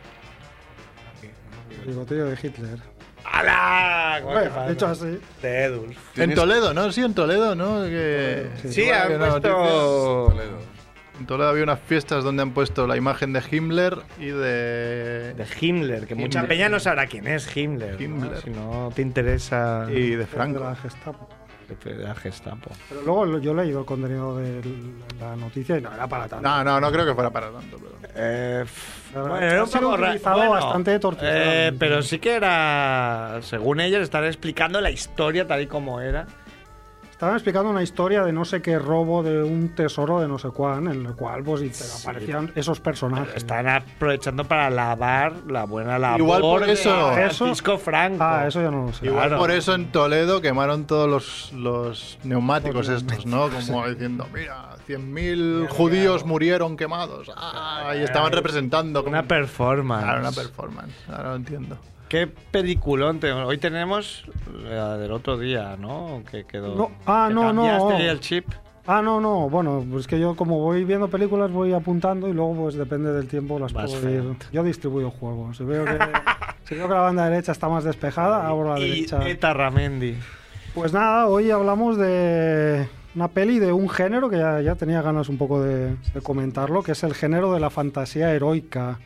F: Bigotillo de Hitler.
A: ¡Hala! ¿Cómo te
F: Bueno,
A: pasa?
F: dicho así.
A: De Edulf.
E: En Toledo, ¿no? Sí, en Toledo, ¿no? Que...
A: Sí,
E: Igual
A: han
E: que no,
A: puesto.
E: En Toledo había unas fiestas donde han puesto la imagen de Himmler y de.
A: De Himmler, que mucha
E: Himmler.
A: peña no sabrá quién es Himmler. ¿no?
E: Himmler.
A: Si no te interesa.
E: y de
F: De
E: Franco.
F: la Gestapo.
A: La Gestapo.
F: Pero luego lo- yo he leído el contenido de la noticia y no era para tanto.
E: No, no, no creo que fuera para tanto. Pero...
A: Eh, pf,
F: Pero
A: bueno, era
F: ha
A: un
F: sido
A: poco ra-
F: utilizado
A: bueno,
F: bastante torticeramente.
A: eh, pero sí que era. Según ellos, estar explicando la historia tal y como era.
F: Estaban explicando una historia de no sé qué robo de un tesoro de no sé cuán, en el cual pues y te aparecían esos personajes.
A: Están aprovechando para lavar la buena labor
E: Igual por eso.
A: de Francisco Franco.
F: Ah, eso ya no lo sé.
E: Igual
A: Claro.
E: por eso en Toledo quemaron todos los, los neumáticos estos, ¿no? Como diciendo, mira, 100.000 judíos murieron quemados. Ah, y estaban representando como-
A: Una performance.
E: Claro, una performance. Ahora lo entiendo.
A: Qué peliculón. tenemos. Hoy tenemos la del otro día, ¿no? Que quedó.
F: No, ah,
A: que
F: no, no.
A: cambiaste el chip.
F: Ah, no, no. Bueno, pues que yo como voy viendo películas voy apuntando y luego pues depende del tiempo las
A: Vas
F: puedo ir. Yo distribuyo juegos. Si veo que, si veo que la banda derecha está más despejada, abro la
A: y
F: derecha.
A: Tarramendi.
F: Pues nada, hoy hablamos de una peli de un género que ya, ya tenía ganas un poco de, de comentarlo, que es el género de la fantasía heroica.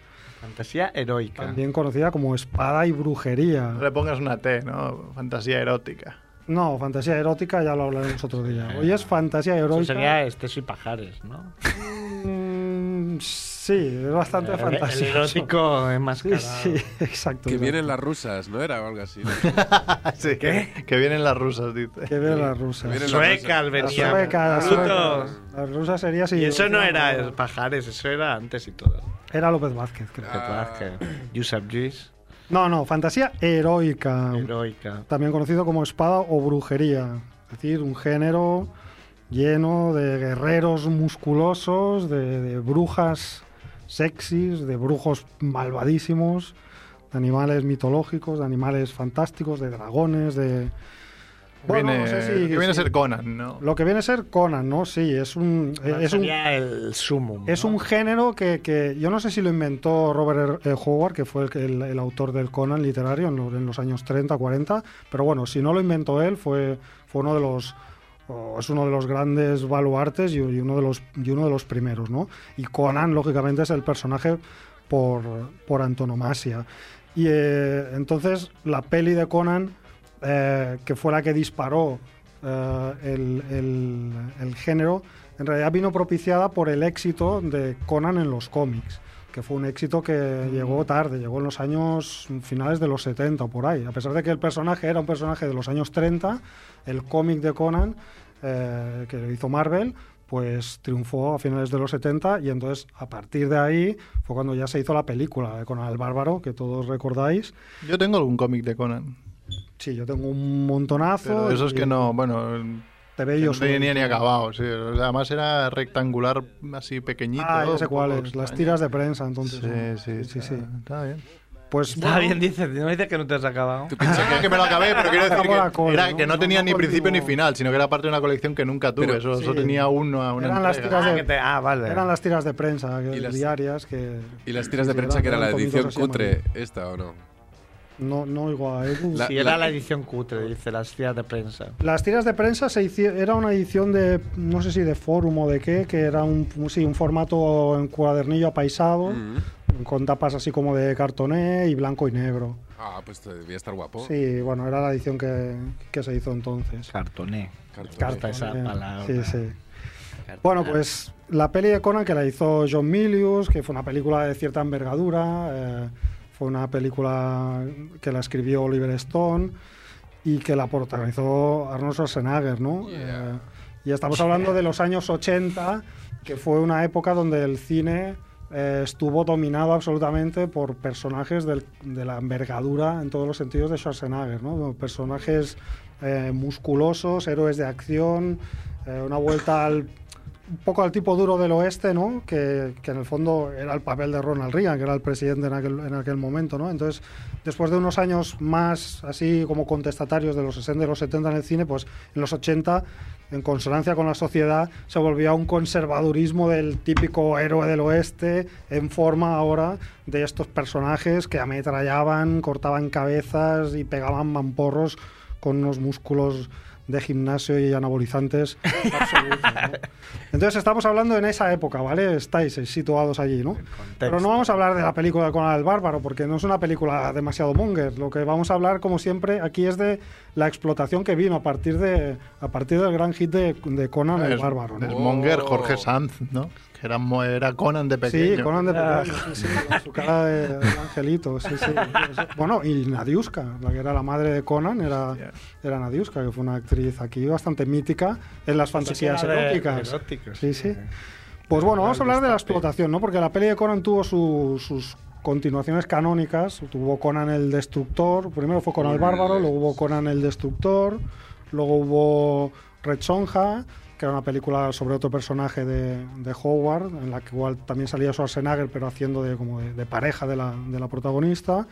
A: Fantasía heroica.
F: También conocida como espada y brujería.
E: No le pongas una T, ¿no? Fantasía erótica.
F: No, fantasía erótica ya lo hablaremos otro día. Hoy es fantasía erótica.
A: Eh, Eso sería Esteso y Pajares, ¿no?
F: Mm, sí, es bastante
A: El-
F: fantasía.
A: El erótico
F: Sí,
A: enmascarado.
F: sí, exacto.
G: Que
F: exacto.
G: vienen las rusas, ¿no era? O algo así. ¿no?
F: Ah,
E: Sí, Que vienen las rusas, dice.
F: Que ve las rusas.
G: Vienen las
A: Suecas
G: rusas.
F: Las
A: venían.
F: suecas, las
A: Brutos.
F: suecas. Las rusas sería si.
A: Y eso no era el Pajares, eso era antes y todo.
F: Era López Vázquez, creo.
A: Te plazca. Yusuf Gis,
F: No, no, fantasía heroica.
A: heroica.
F: También conocido como espada o brujería. Es decir, un género lleno de guerreros musculosos, de, de brujas sexys, de brujos malvadísimos, de animales mitológicos, de animales fantásticos, de dragones, de...
E: Que
F: Bueno,
E: viene,
F: no sé si-
E: que viene a
F: si-
E: ser Conan, ¿no?
F: Lo que viene a ser Conan, ¿no? Sí, es un... Es un
A: sería el sumum.
F: es
A: ¿no?
F: un género que, que yo no sé si lo inventó Robert R. Howard, que fue el, el- el autor del Conan literario en, lo- en los años 30, 40, pero bueno, si no lo inventó él, fue, fue uno de los o es uno de los grandes baluartes y, y uno de los y uno de los primeros, ¿no? Y Conan lógicamente es el personaje por, por antonomasia. Y eh, entonces la peli de Conan, eh, que fue la que disparó eh, el, el- el género, en realidad vino propiciada por el éxito de Conan en los cómics, que fue un éxito que llegó tarde, llegó en los años finales de los 70 o por ahí. A pesar de que el personaje era un personaje de los años 30, el cómic de Conan eh, que hizo Marvel, pues triunfó a finales de los 70 y entonces a partir de ahí fue cuando ya se hizo la película de Conan el Bárbaro, que todos recordáis.
E: Yo tengo algún cómic de Conan.
F: Sí, yo tengo un montonazo.
E: Pero de esos
F: y
E: que no, bueno, que
F: Te veo
E: no tenía ni acabado. Sí. O sea, además era rectangular, así pequeñito.
F: Ah, ya sé
E: un poco
F: cuál es. Las
E: extraño.
F: tiras de prensa, entonces.
E: Sí, sí,
F: ¿no? sí. sí.
E: Está bien.
F: Pues
A: Está
F: bueno,
A: bien, dices. No dices que no te has acabado.
F: Ah,
G: Tú piensas
E: que me lo acabé, pero quiero decir
F: Acabó la
E: que,
F: cola,
E: era
F: ¿no?
E: que no
F: No,
E: tenía
F: no
E: ni principio ni
F: continuó.
E: final, sino que era parte de una colección que nunca tuve.
G: Pero-
E: eso, eso
F: Sí.
E: tenía uno a una
F: Eran las
E: entrega.
F: tiras
A: Ah,
F: de-
A: que te- ah, vale.
F: eran las tiras de prensa que-
G: Y las-
F: diarias que...
G: ¿Y las tiras de
F: Sí,
G: prensa
F: eran-
G: que era la
F: eran
G: edición
F: comienzos así
G: cutre
F: amarillos.
G: esta o no?
F: No, no oigo a Edu.
G: La-
A: Sí, era la edición cutre, dice, las tiras de prensa.
F: Las tiras de prensa se hici- era una edición de, no sé si de forum o de qué, que era un, sí, un formato en cuadernillo apaisado,
G: Mm.
F: con tapas así como de cartoné y blanco y negro.
G: Ah, pues te debía estar
A: Oh.
G: guapo.
F: Sí, bueno, era la edición que, que se hizo entonces.
A: Cartoné.
G: Cartón.
A: Carta esa
F: Eh,
A: palabra.
F: Sí, sí. Bueno, pues la peli de Conan que la hizo John Milius, que fue una película de cierta envergadura, eh, fue una película que la escribió Oliver Stone y que la protagonizó Arnold Schwarzenegger, ¿no?
G: Yeah.
F: Eh, y estamos hablando de los años 80, que fue una época donde el cine eh, estuvo dominado absolutamente por personajes del- de la envergadura en todos los sentidos de Schwarzenegger, ¿no? Personajes eh, musculosos, héroes de acción, eh, una vuelta al un poco al tipo duro del oeste, ¿no? Que, que en el fondo era el papel de Ronald Reagan, que era el presidente en aquel, en aquel momento, ¿no? Entonces, después de unos años más así como contestatarios de los 60 y los 70 en el cine, pues en los 80, en consonancia con la sociedad, se volvió a un conservadurismo del típico héroe del oeste, en forma ahora de estos personajes que ametrallaban, cortaban cabezas y pegaban mamporros con unos músculos de gimnasio y anabolizantes absolutos, ¿no? Entonces estamos hablando en esa época, ¿vale? Estáis eh, situados allí, ¿no? Pero no vamos a hablar de la película de Conan el Bárbaro, porque no es una película demasiado monger. Lo que vamos a hablar, como siempre, aquí es de la explotación que vino a partir, de, a partir del gran hit de, de Conan el
E: Es-
F: Bárbaro,
E: es
F: ¿no?
E: Monger,
G: Oh.
E: Jorge Sanz, ¿no? Que era, mo- era Conan de pequeño. Ah.
F: Sí, Conan de pequeño, sí, sí, con su cara de, de angelito, sí, sí. Bueno, y Nadiuska, la que era la madre de Conan, era,
E: Hostia.
F: era Nadiuska, que fue una actriz aquí bastante mítica en las fantasías
A: Era de-
F: eróticas.
A: eróticas,
F: Sí,
G: Eh,
F: sí. Pues bueno, vamos a hablar de la
A: destape.
F: explotación, ¿no? Porque la peli de Conan tuvo su- sus continuaciones canónicas. Tuvo Conan el Destructor, primero fue Conan el Bárbaro, luego hubo Conan el Destructor, luego hubo Rechonja, que era una película sobre otro personaje de, de Howard, en la que igual también salía Schwarzenegger, pero haciendo de, como de, de pareja de la, de la protagonista.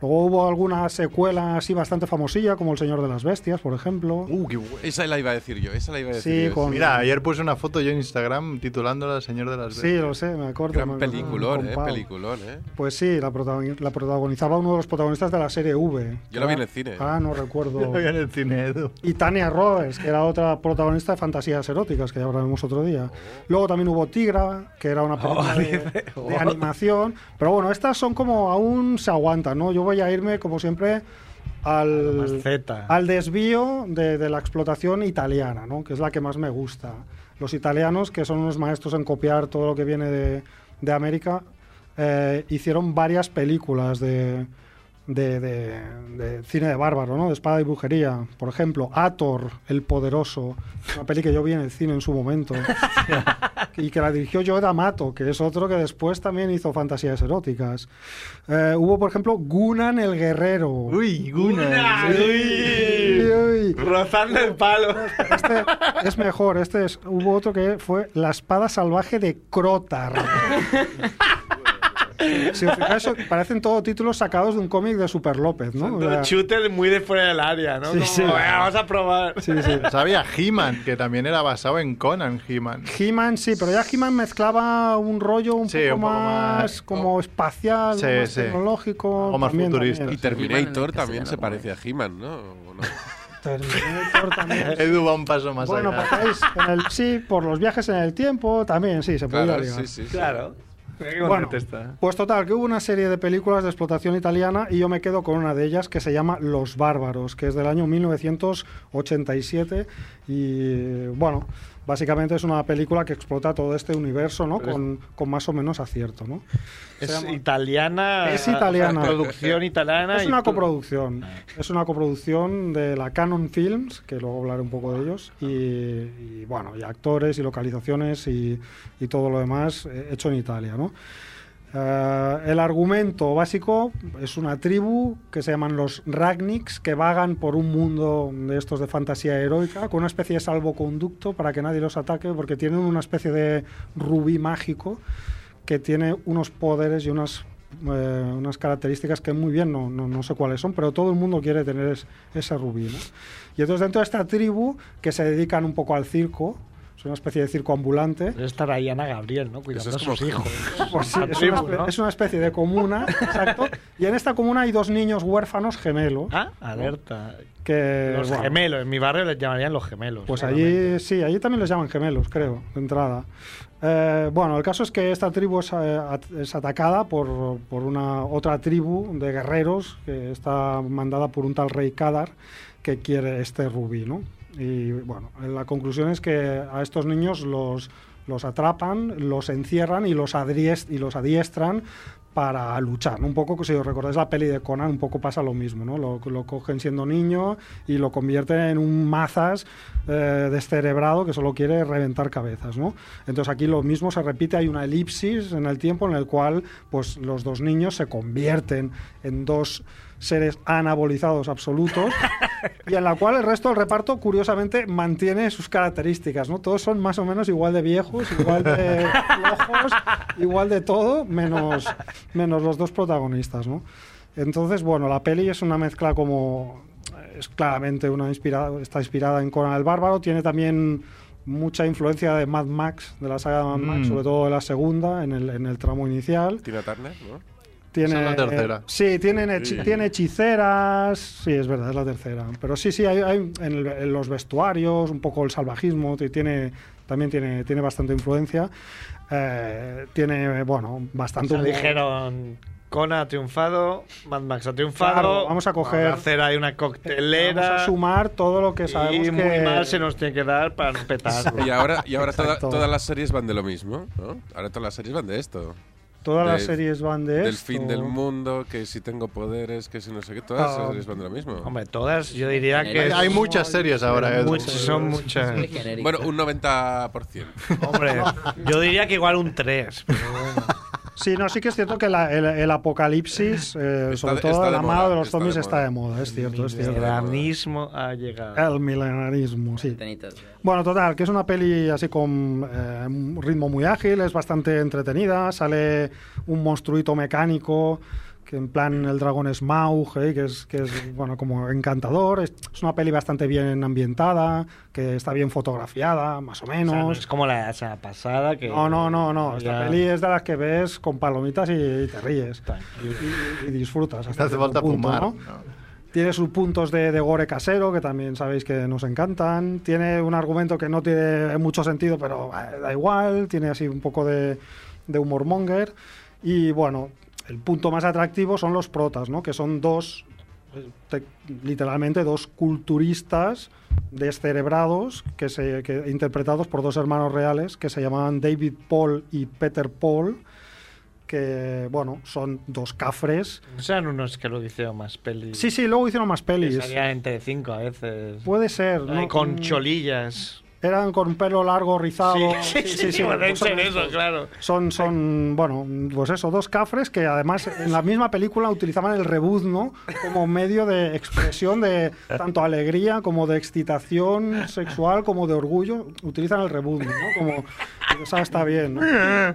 F: Luego hubo alguna secuela así bastante famosilla, como El Señor de las Bestias, por ejemplo.
E: Uh, qué bueno.
G: Esa la iba a decir yo, esa la iba a decir
F: Sí,
G: yo.
F: con-
E: Mira, ayer puse una foto yo en Instagram titulándola El Señor de las
F: Sí,
E: Bestias.
F: lo sé, me acuerdo.
G: Gran
F: me-
G: peliculón,
F: me-
G: eh,
F: compao.
G: peliculón, eh.
F: Pues sí, la, protagoni- la protagonizaba uno de los protagonistas de la serie V.
G: Yo la vi en el cine.
F: Ah, no recuerdo.
E: Lo vi en el cine, Edu.
F: Y Tania Roberts, que era otra protagonista de fantasías eróticas, que ya hablaremos otro día.
G: Oh.
F: Luego también hubo Tigra, que era una película de, de animación. Pero bueno, estas son como aún se aguantan, ¿no? Yo voy a irme, como siempre, al,
A: Z.
F: al desvío de, de la explotación italiana, ¿no? Que es la que más me gusta. Los italianos, que son unos maestros en copiar todo lo que viene de, de América, eh, hicieron varias películas de, de, de- de cine de bárbaro, ¿no? De espada y brujería. Por ejemplo, Ator, el poderoso. Una peli que yo vi en el cine en su momento. y que la dirigió Joe D'Amato, que es otro que después también hizo fantasías eróticas. Eh, hubo, por ejemplo, Gunan el guerrero.
E: Uy, Guna.
F: Uy, uy.
B: Rozando el palo.
F: Este es mejor. Este es. Hubo otro que fue La espada salvaje de Crotar. Si os fijáis, son- parecen todos títulos sacados de un cómic de Super López, ¿no? O sea,
B: Chutes muy de fuera del área, ¿no?
F: Sí,
B: Como,
F: sí.
B: "Eh, Vamos a probar.
F: sí, sí.
E: Sabía He-Man, que también era basado en Conan He-Man.
F: He-Man, sí, pero ya He-Man mezclaba un rollo un,
E: Sí,
F: poco,
E: un poco
F: más,
E: más-
F: como espacial,
E: Sí,
F: más
E: sí.
F: tecnológico.
E: Algo más
F: también,
E: futurista.
G: Y
F: también.
G: Terminator
D: He-Man en
G: también se
D: castellano,
G: parece a He-Man, ¿no? ¿O no?
F: Terminator también.
E: Edu va un paso más
F: Bueno, pues,
E: allá.
F: pasáis en el- sí, por los viajes en el tiempo también, sí, se podía
G: Claro,
F: ligar.
G: sí, sí, sí.
B: Claro. Mira qué
F: Bueno,
B: contento está.
F: pues total, que hubo una serie de películas de explotación italiana y yo me quedo con una de ellas que se llama Los Bárbaros, que es del año 1987 y bueno, básicamente es una película que explota todo este universo, ¿no? Con, con más o menos acierto, ¿no?
A: Es italiana.
F: Es italiana.
A: Producción italiana.
F: Es
A: y
F: una
A: tú- Ah.
F: coproducción, es una coproducción de la Canon Films, que luego hablaré un poco de ellos, y, y, bueno, y actores y localizaciones y, y todo lo demás eh, hecho en Italia, ¿no? Eh, el argumento básico es una tribu que se llaman los Ragniks, que vagan por un mundo de estos de fantasía heroica, con una especie de salvoconducto para que nadie los ataque, porque tienen una especie de rubí mágico que tiene unos poderes y unas, eh, unas características que muy bien no, no, no sé cuáles son, pero todo el mundo quiere tener es- ese rubí. ¿no? Y entonces dentro de esta tribu, que se dedican un poco al circo, es una especie de circo ambulante,
A: Debe estar ahí Ana Gabriel, ¿no? Cuidando
G: Eso es
A: a sus
G: como-
A: hijos.
F: pues sí,
A: A
F: es, una,
A: tribu,
F: espe-
A: ¿no?
F: es una especie de comuna, exacto. Y en esta comuna hay dos niños huérfanos gemelos.
A: Ah, alerta.
F: Que,
A: los
F: Eh, bueno,
A: gemelos. En mi barrio les llamarían los gemelos. eh,
F: Pues
A: seguramente.
F: allí sí, allí también los llaman gemelos, creo, de entrada. Eh, bueno, el caso es que esta tribu es, eh, at- es atacada por, por una otra tribu de guerreros que está mandada por un tal rey Kadar que quiere este rubí, ¿no? Y bueno, la conclusión es que a estos niños los, los atrapan, los encierran y los, adries- y los adiestran para luchar. Un poco, si os recordáis la peli de Conan, un poco pasa lo mismo, ¿no? Lo, lo cogen siendo niño y lo convierten en un mazas eh, descerebrado que solo quiere reventar cabezas, ¿no? Entonces aquí lo mismo se repite, hay una elipsis en el tiempo en el cual pues los dos niños se convierten en dos seres anabolizados absolutos y en la cual el resto del reparto curiosamente mantiene sus características, ¿no? Todos son más o menos igual de viejos, igual de flojos, igual de todo, menos, menos los dos protagonistas, ¿no? Entonces, bueno, la peli es una mezcla como es claramente una inspirada, está inspirada en Conan el Bárbaro, tiene también mucha influencia de Mad Max, de la saga de Mad Max,
E: Mm.
F: sobre todo de la segunda, en el, en el tramo inicial.
G: Tina Turner, ¿no?
F: Tiene,
E: Esa es la tercera.
F: eh, sí, tienen hechi-
G: Sí.
F: tiene hechiceras. Sí, es verdad, es la tercera. Pero sí, sí, hay, hay en, el- en los vestuarios, un poco el salvajismo, ti- tiene, también tiene, tiene bastante influencia. Eh, tiene, bueno,
A: O
F: bastante.
A: sea,
F: humor.
A: dijeron. Kona ha triunfado, Mad Max ha triunfado.
F: Claro, vamos a coger-
A: Vamos a hacer ahí una coctelera.
F: Vamos a sumar todo lo que sabemos
A: y muy
F: que.
A: mal se nos tiene que dar para no petar.
G: Y ahora, y ahora toda-
F: Exacto.
G: todas las series van de lo mismo, ¿no? Ahora todas las series van de esto.
F: Todas las
G: del-
F: series van de
G: Del
F: esto.
G: fin del mundo, que si tengo poderes, que si no sé qué, todas
F: Ah.
G: las series van de lo mismo.
A: Hombre, todas, yo diría que.
E: Hay,
A: es-
E: hay muchas series ahora, Edu.
A: muchas, son muchas.
D: Muy genérico.
G: Bueno, un 90%.
A: Hombre, yo diría que igual un 3.
F: Sí, no, sí que es cierto que la- el, el apocalipsis, eh,
G: Está
F: sobre
G: de-
F: todo
G: está
F: el
G: de
F: amado
G: moda,
F: de los
G: está de
F: zombies
G: moda.
F: está de moda, es cierto, es
A: El
F: cierto.
A: anismo ha llegado.
F: El milenarismo, sí.
D: Antenitas.
F: Bueno, total, que es una peli así con eh, un ritmo muy ágil, es bastante entretenida, sale un monstruito mecánico que que en plan el dragón es Maug, ¿eh? que es, que es bueno, como encantador. Es, es una peli bastante bien ambientada, que está bien fotografiada, más o
A: O sea, no
F: menos.
A: es como la, o sea, pasada que...
F: No, no, no, no. Esta
A: Ya.
F: peli es de las que ves con palomitas y, y te ríes. Y, y disfrutas. hasta
E: hace
F: cierto
E: falta
F: punto,
E: fumar.
F: ¿no?
E: ¿no?
F: Tiene sus puntos de, de gore casero, que también sabéis que nos encantan. Tiene un argumento que no tiene mucho sentido, pero eh, da igual. Tiene así un poco de, de humor monger. Y bueno, el punto más atractivo son los protas, ¿no? Que son dos, eh, te- literalmente dos culturistas descerebrados, que se, que, interpretados por dos hermanos reales, que se llamaban David Paul y Peter Paul, que, bueno, son dos cafres.
A: No sean unos que lo hicieron más pelis.
F: Sí, sí, luego hicieron más
A: Que
F: pelis.
A: salían en Telecinco a veces.
F: Puede ser,
A: Ay,
F: ¿no?
A: Con
F: Mm,
A: cholillas.
F: Eran con pelo largo, rizado.
A: sí, sí, sí, pueden
F: son
A: ser
F: estos.
A: eso, claro.
F: pues Son, son, bueno, pues eso, dos cafres que además en la misma película utilizaban el rebuzno como medio de expresión de tanto alegría como de excitación sexual como de orgullo. Utilizan el rebuzno, ¿no? Como, eso está bien, ¿no?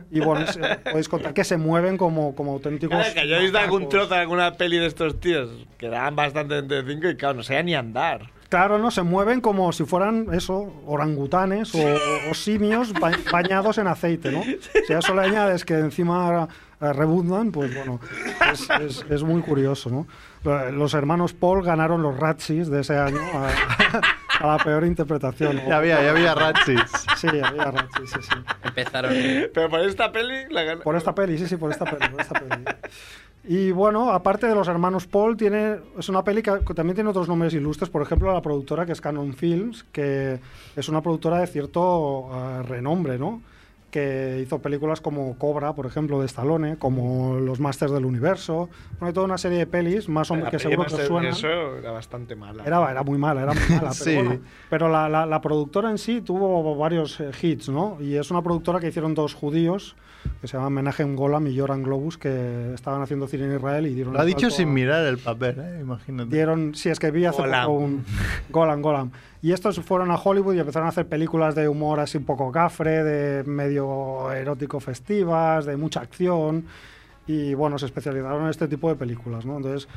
F: Y bueno, se- podéis contar que se mueven como, como auténticos.
A: Claro, que yo he visto algún
F: macacos.
A: trozo de alguna peli de estos tíos que daban bastante en Telecinco y claro, no sabían ni andar.
F: Claro, ¿no? Se mueven como si fueran, eso, orangutanes o, o simios ba- bañados en aceite, ¿no? Si a eso le añades que encima eh, rebuznan, pues bueno, es, es- es muy curioso, ¿no? Eh, Los hermanos Paul ganaron los Ratchis de ese año a, a la peor interpretación. ¿no?
E: Ya había, ya había Ratchis.
F: Sí, había Ratchis, sí, sí.
D: Empezaron.
A: Pero por esta peli la gan-
F: Por esta peli, sí, sí, por esta peli, por esta peli. Y bueno, aparte de los hermanos Paul, tiene, es una peli que que también tiene otros nombres ilustres, por ejemplo, la productora que es Canon Films, que es una productora de cierto eh, renombre, ¿no? Que hizo películas como Cobra, por ejemplo, de Stallone, como Los Masters del Universo, bueno, hay toda una serie de pelis, más o menos
A: la
F: que
A: peli
F: seguro
A: más
F: que os
A: de-
F: suenan.
A: Eh, Eso era bastante mala.
F: Era, era muy mala, era muy mala. Pero,
E: Sí.
F: bueno, pero la, la- la productora en sí tuvo varios eh, hits, ¿no? Y es una productora que hicieron dos judíos, que se llaman Menahem Golam y Joran Globus, que estaban haciendo cine en Israel y dieron...
E: Lo ha
F: el
E: dicho
F: salto
E: sin
F: a-
E: mirar el papel, ¿eh? imagínate.
F: Dieron, sí, es que vi hace
A: Golam.
F: poco un Golan, Golan. Y estos fueron a Hollywood y empezaron a hacer películas de humor así un poco cafre, de medio erótico festivas, de mucha acción. Y bueno, se especializaron en este tipo de películas, ¿no? Entonces,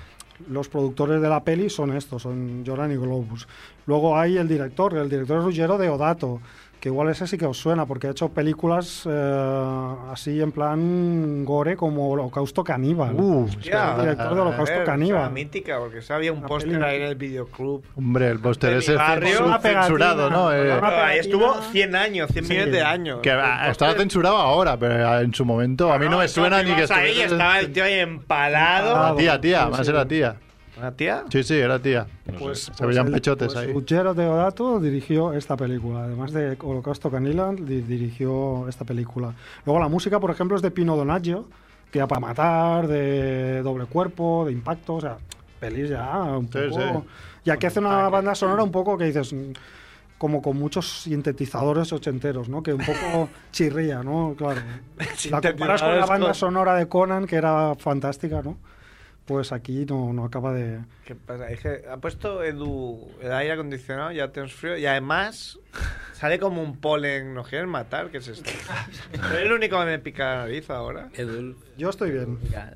F: los productores de la peli son estos, son Joran y Globus. Luego hay el director, el director es Ruggero de Odato, que igual ese sí que os suena, porque ha hecho películas eh, así en plan gore como Holocausto Caníbal.
E: Uh,
A: Ya,
F: el director de
E: a
A: A ver,
F: Holocausto
A: o sea,
F: Caníbal.
A: mítica, porque eso había un
F: Una
A: póster
F: peli-
A: ahí en el videoclub.
E: Hombre, el póster
A: De
E: ese
A: mi
E: es
A: barrio,
E: censu-
A: una
E: censurado,
F: pegatina,
E: ¿no?
F: con
E: Eh,
F: una
A: Pero ahí estuvo
F: pegatina.
A: 100 años, 100 millones de años.
E: que ah, estaba censurado ahora, pero ah, en su momento a mí no me suena ni que
A: ahí
E: estuviese-
A: estaba el tío ahí empalado.
E: Ah, tía, tía,
F: Sí,
E: más
F: sí.
E: era tía.
A: ¿Una tía?
E: Sí, sí, era tía.
F: Pues,
E: Se veían
F: el-
E: pechotes ahí.
F: Ruggero Deodato dirigió esta película, además de Holocausto Canila di- dirigió esta película. Luego la música, por ejemplo, es de Pino Donaggio, Tía para matar, de Doble Cuerpo, de Impacto, o sea, pelis ya un
E: Sí,
F: poco...
E: sí. Ah,
F: Y aquí hace una banda sonora un poco que dices... mm, Como con muchos sintetizadores ochenteros, ¿no? Que un poco chirría, ¿no? Claro. La comparas con la
A: Sintetizadores
F: banda
A: con-
F: sonora de Conan, que era fantástica, ¿no? Pues aquí no, no acaba de...
A: ¿Qué pasa? Es que ha puesto Edu el aire acondicionado, ya tenemos frío y además sale como un polen. Nos quieren matar, ¿qué es esto? Soy el único que me pica la nariz ahora.
D: Edul.
F: Yo estoy bien.
D: Edulgas.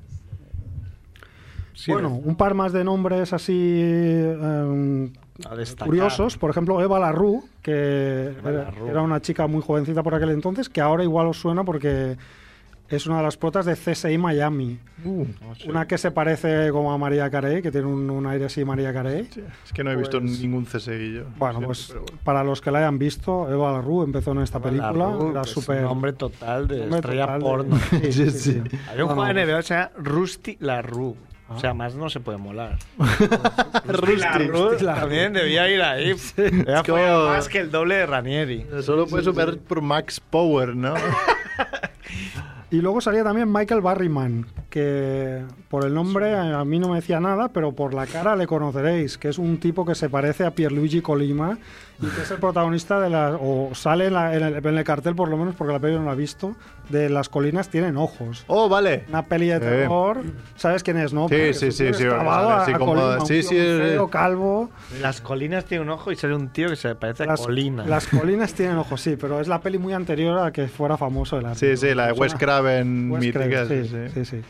A: Sí,
F: bueno, un par más de nombres así em,
A: a destacar.
F: curiosos. Por ejemplo, Eva Larru, que
A: Eva
F: era,
A: Larrú.
F: era una chica muy jovencita por aquel entonces, que ahora igual os suena porque es una de las protas de CSI Miami. Una que se parece como a María Carey, que tiene un, un aire así María Carey.
E: Es que no he visto
F: Pues-
E: ningún ceseguillo.
F: Bueno, pues para los que la hayan visto, Eva Larru empezó en esta película. era súper-
A: Nombre total de
F: hombre
A: estrella
F: total de-
A: porno.
F: Sí, sí, sí.
A: Había un
F: No,
A: juego
F: no, Ah.
A: de NBA que se llama Rusty LaRue. O sea, más no se puede molar. Rusty LaRue también debía ir ahí. Era
E: Es como-
A: más que el doble de Ranieri.
E: Eh, Solo puede superar por Max Power, ¿no?
F: Y luego salía también Michael Barryman, que por el nombre a a mí no me decía nada, pero por la cara le conoceréis, que es un tipo que se parece a Pierluigi Colima y que es el protagonista de la... o sale en, la- en el, en el cartel por lo menos, porque la peli no la he visto, de Las colinas tienen ojos.
E: Oh, vale.
F: Una peli de
E: Sí.
F: terror, ¿sabes quién es, no?
E: Sí,
F: Porque
E: sí,
F: es un
E: sí,
F: tío
E: sí,
F: destrabado
E: sale
F: a-
E: así
F: a
E: como-
F: Colima, un
E: sí,
F: tío
E: sí,
F: muy
E: es-
F: feo, calvo...
A: Las colinas tiene un ojo y sale un tío que se parece
F: Las
A: a Colina.
F: las colinas tienen ojos, sí, pero es la peli muy anterior a que fuera famoso el arte.
E: Sí, sí, la de Wes Craven
F: Wes Craven,
E: mítica. sí,
F: sí,
E: sí.
F: sí, sí.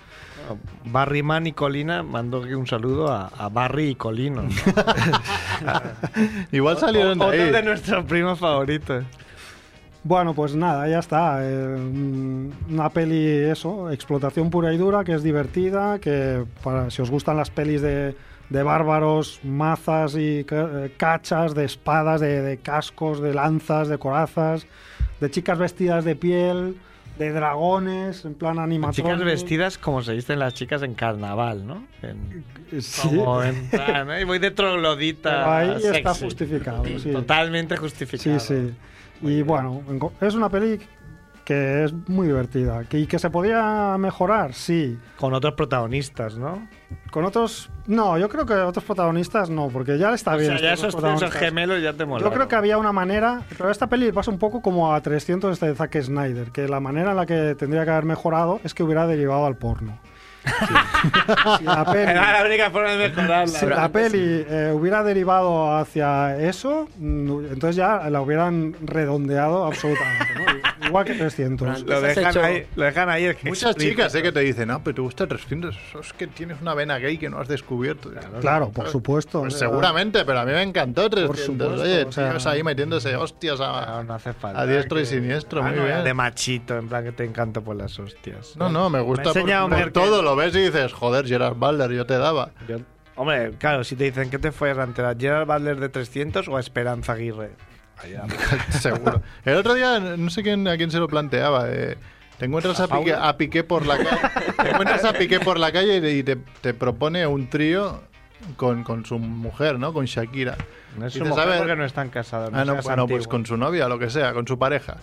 A: Barry Man y Colina mandó aquí un saludo a, a Barry y Colino.
E: Igual salieron de
A: Otro
E: ahí.
A: de nuestros primos favoritos.
F: Bueno, pues nada, ya está. Eh, mm, una peli, eso, explotación pura y dura, que es divertida, que para si os gustan las pelis de, de bárbaros, mazas y ca- eh, cachas, de espadas, de, de cascos, de lanzas, de corazas, de chicas vestidas de piel, de dragones, en plan animatrón.
A: Chicas vestidas como se visten las chicas en carnaval, ¿no? En-
F: Sí.
A: Como en plan, "Ay, voy de
F: Pero
A: troglodita.
F: ahí está
A: sexy".
F: justificado. Pues sí.
A: Totalmente
F: Sí,
A: justificado.
F: sí. Y bueno, en co- es una peli que es muy divertida. Que, ¿Y que se podía mejorar? Sí.
A: Con otros protagonistas, ¿no?
F: Con otros... No, yo creo que otros protagonistas no, porque ya está
A: O
F: bien.
A: sea, ya
F: estos
A: esos,
F: protagonistas.
A: esos gemelos ya te molan.
F: Yo creo que había una manera, pero esta peli pasa un poco como a 300 este de Zack Snyder, que la manera en la que tendría que haber mejorado es que hubiera derivado al porno. Sí. Si la peli-
A: Era la única forma de mejorarla.
F: si la peli eh, hubiera derivado hacia eso, mm, entonces ya la hubieran redondeado absolutamente. ¿no? Igual que 300.
D: Lo dejan ahí-
A: lo dejan ahí.
E: Muchas chicas eh, que te dicen, ah, pero te gusta 300, eso es que tienes una vena gay que no has descubierto.
F: Claro, por supuesto.
E: Pues
F: o sea,
E: seguramente, pero a mí me encantó 300.
F: supuesto,
E: Oye,
F: o sea-
E: tíos ahí metiéndose hostias a,
A: Ah, No, no hace falta.
E: a diestro y
A: que-
E: siniestro,
A: Ah,
E: muy
A: no,
E: bien.
A: De machito, en plan que te encanto por las hostias.
E: No, no, me
A: Me
E: gusta
A: ha
E: por,
A: enseñado
E: por
A: Merkel.
E: todo. Lo ves y dices, joder, Gerard Balder, yo te daba.
A: Yo- hombre, claro, si te dicen que te fueras antes a Gerard Butler de 300 o a Esperanza Aguirre.
E: Seguro. El otro día, no sé quién, a quién se lo planteaba. eh, te encuentras a Piqué, a Piqué por la calle. Te encuentras a Piqué por la calle y, y te, te propone un trío con, con su mujer, ¿no? Con Shakira.
A: No es
E: Y
A: su
E: dices,
A: mujer
E: a ver,
A: porque no están casados.
E: Ah, no,
A: seas
E: bueno, pues
A: antiguo.
E: con su novia, lo que sea, con su pareja.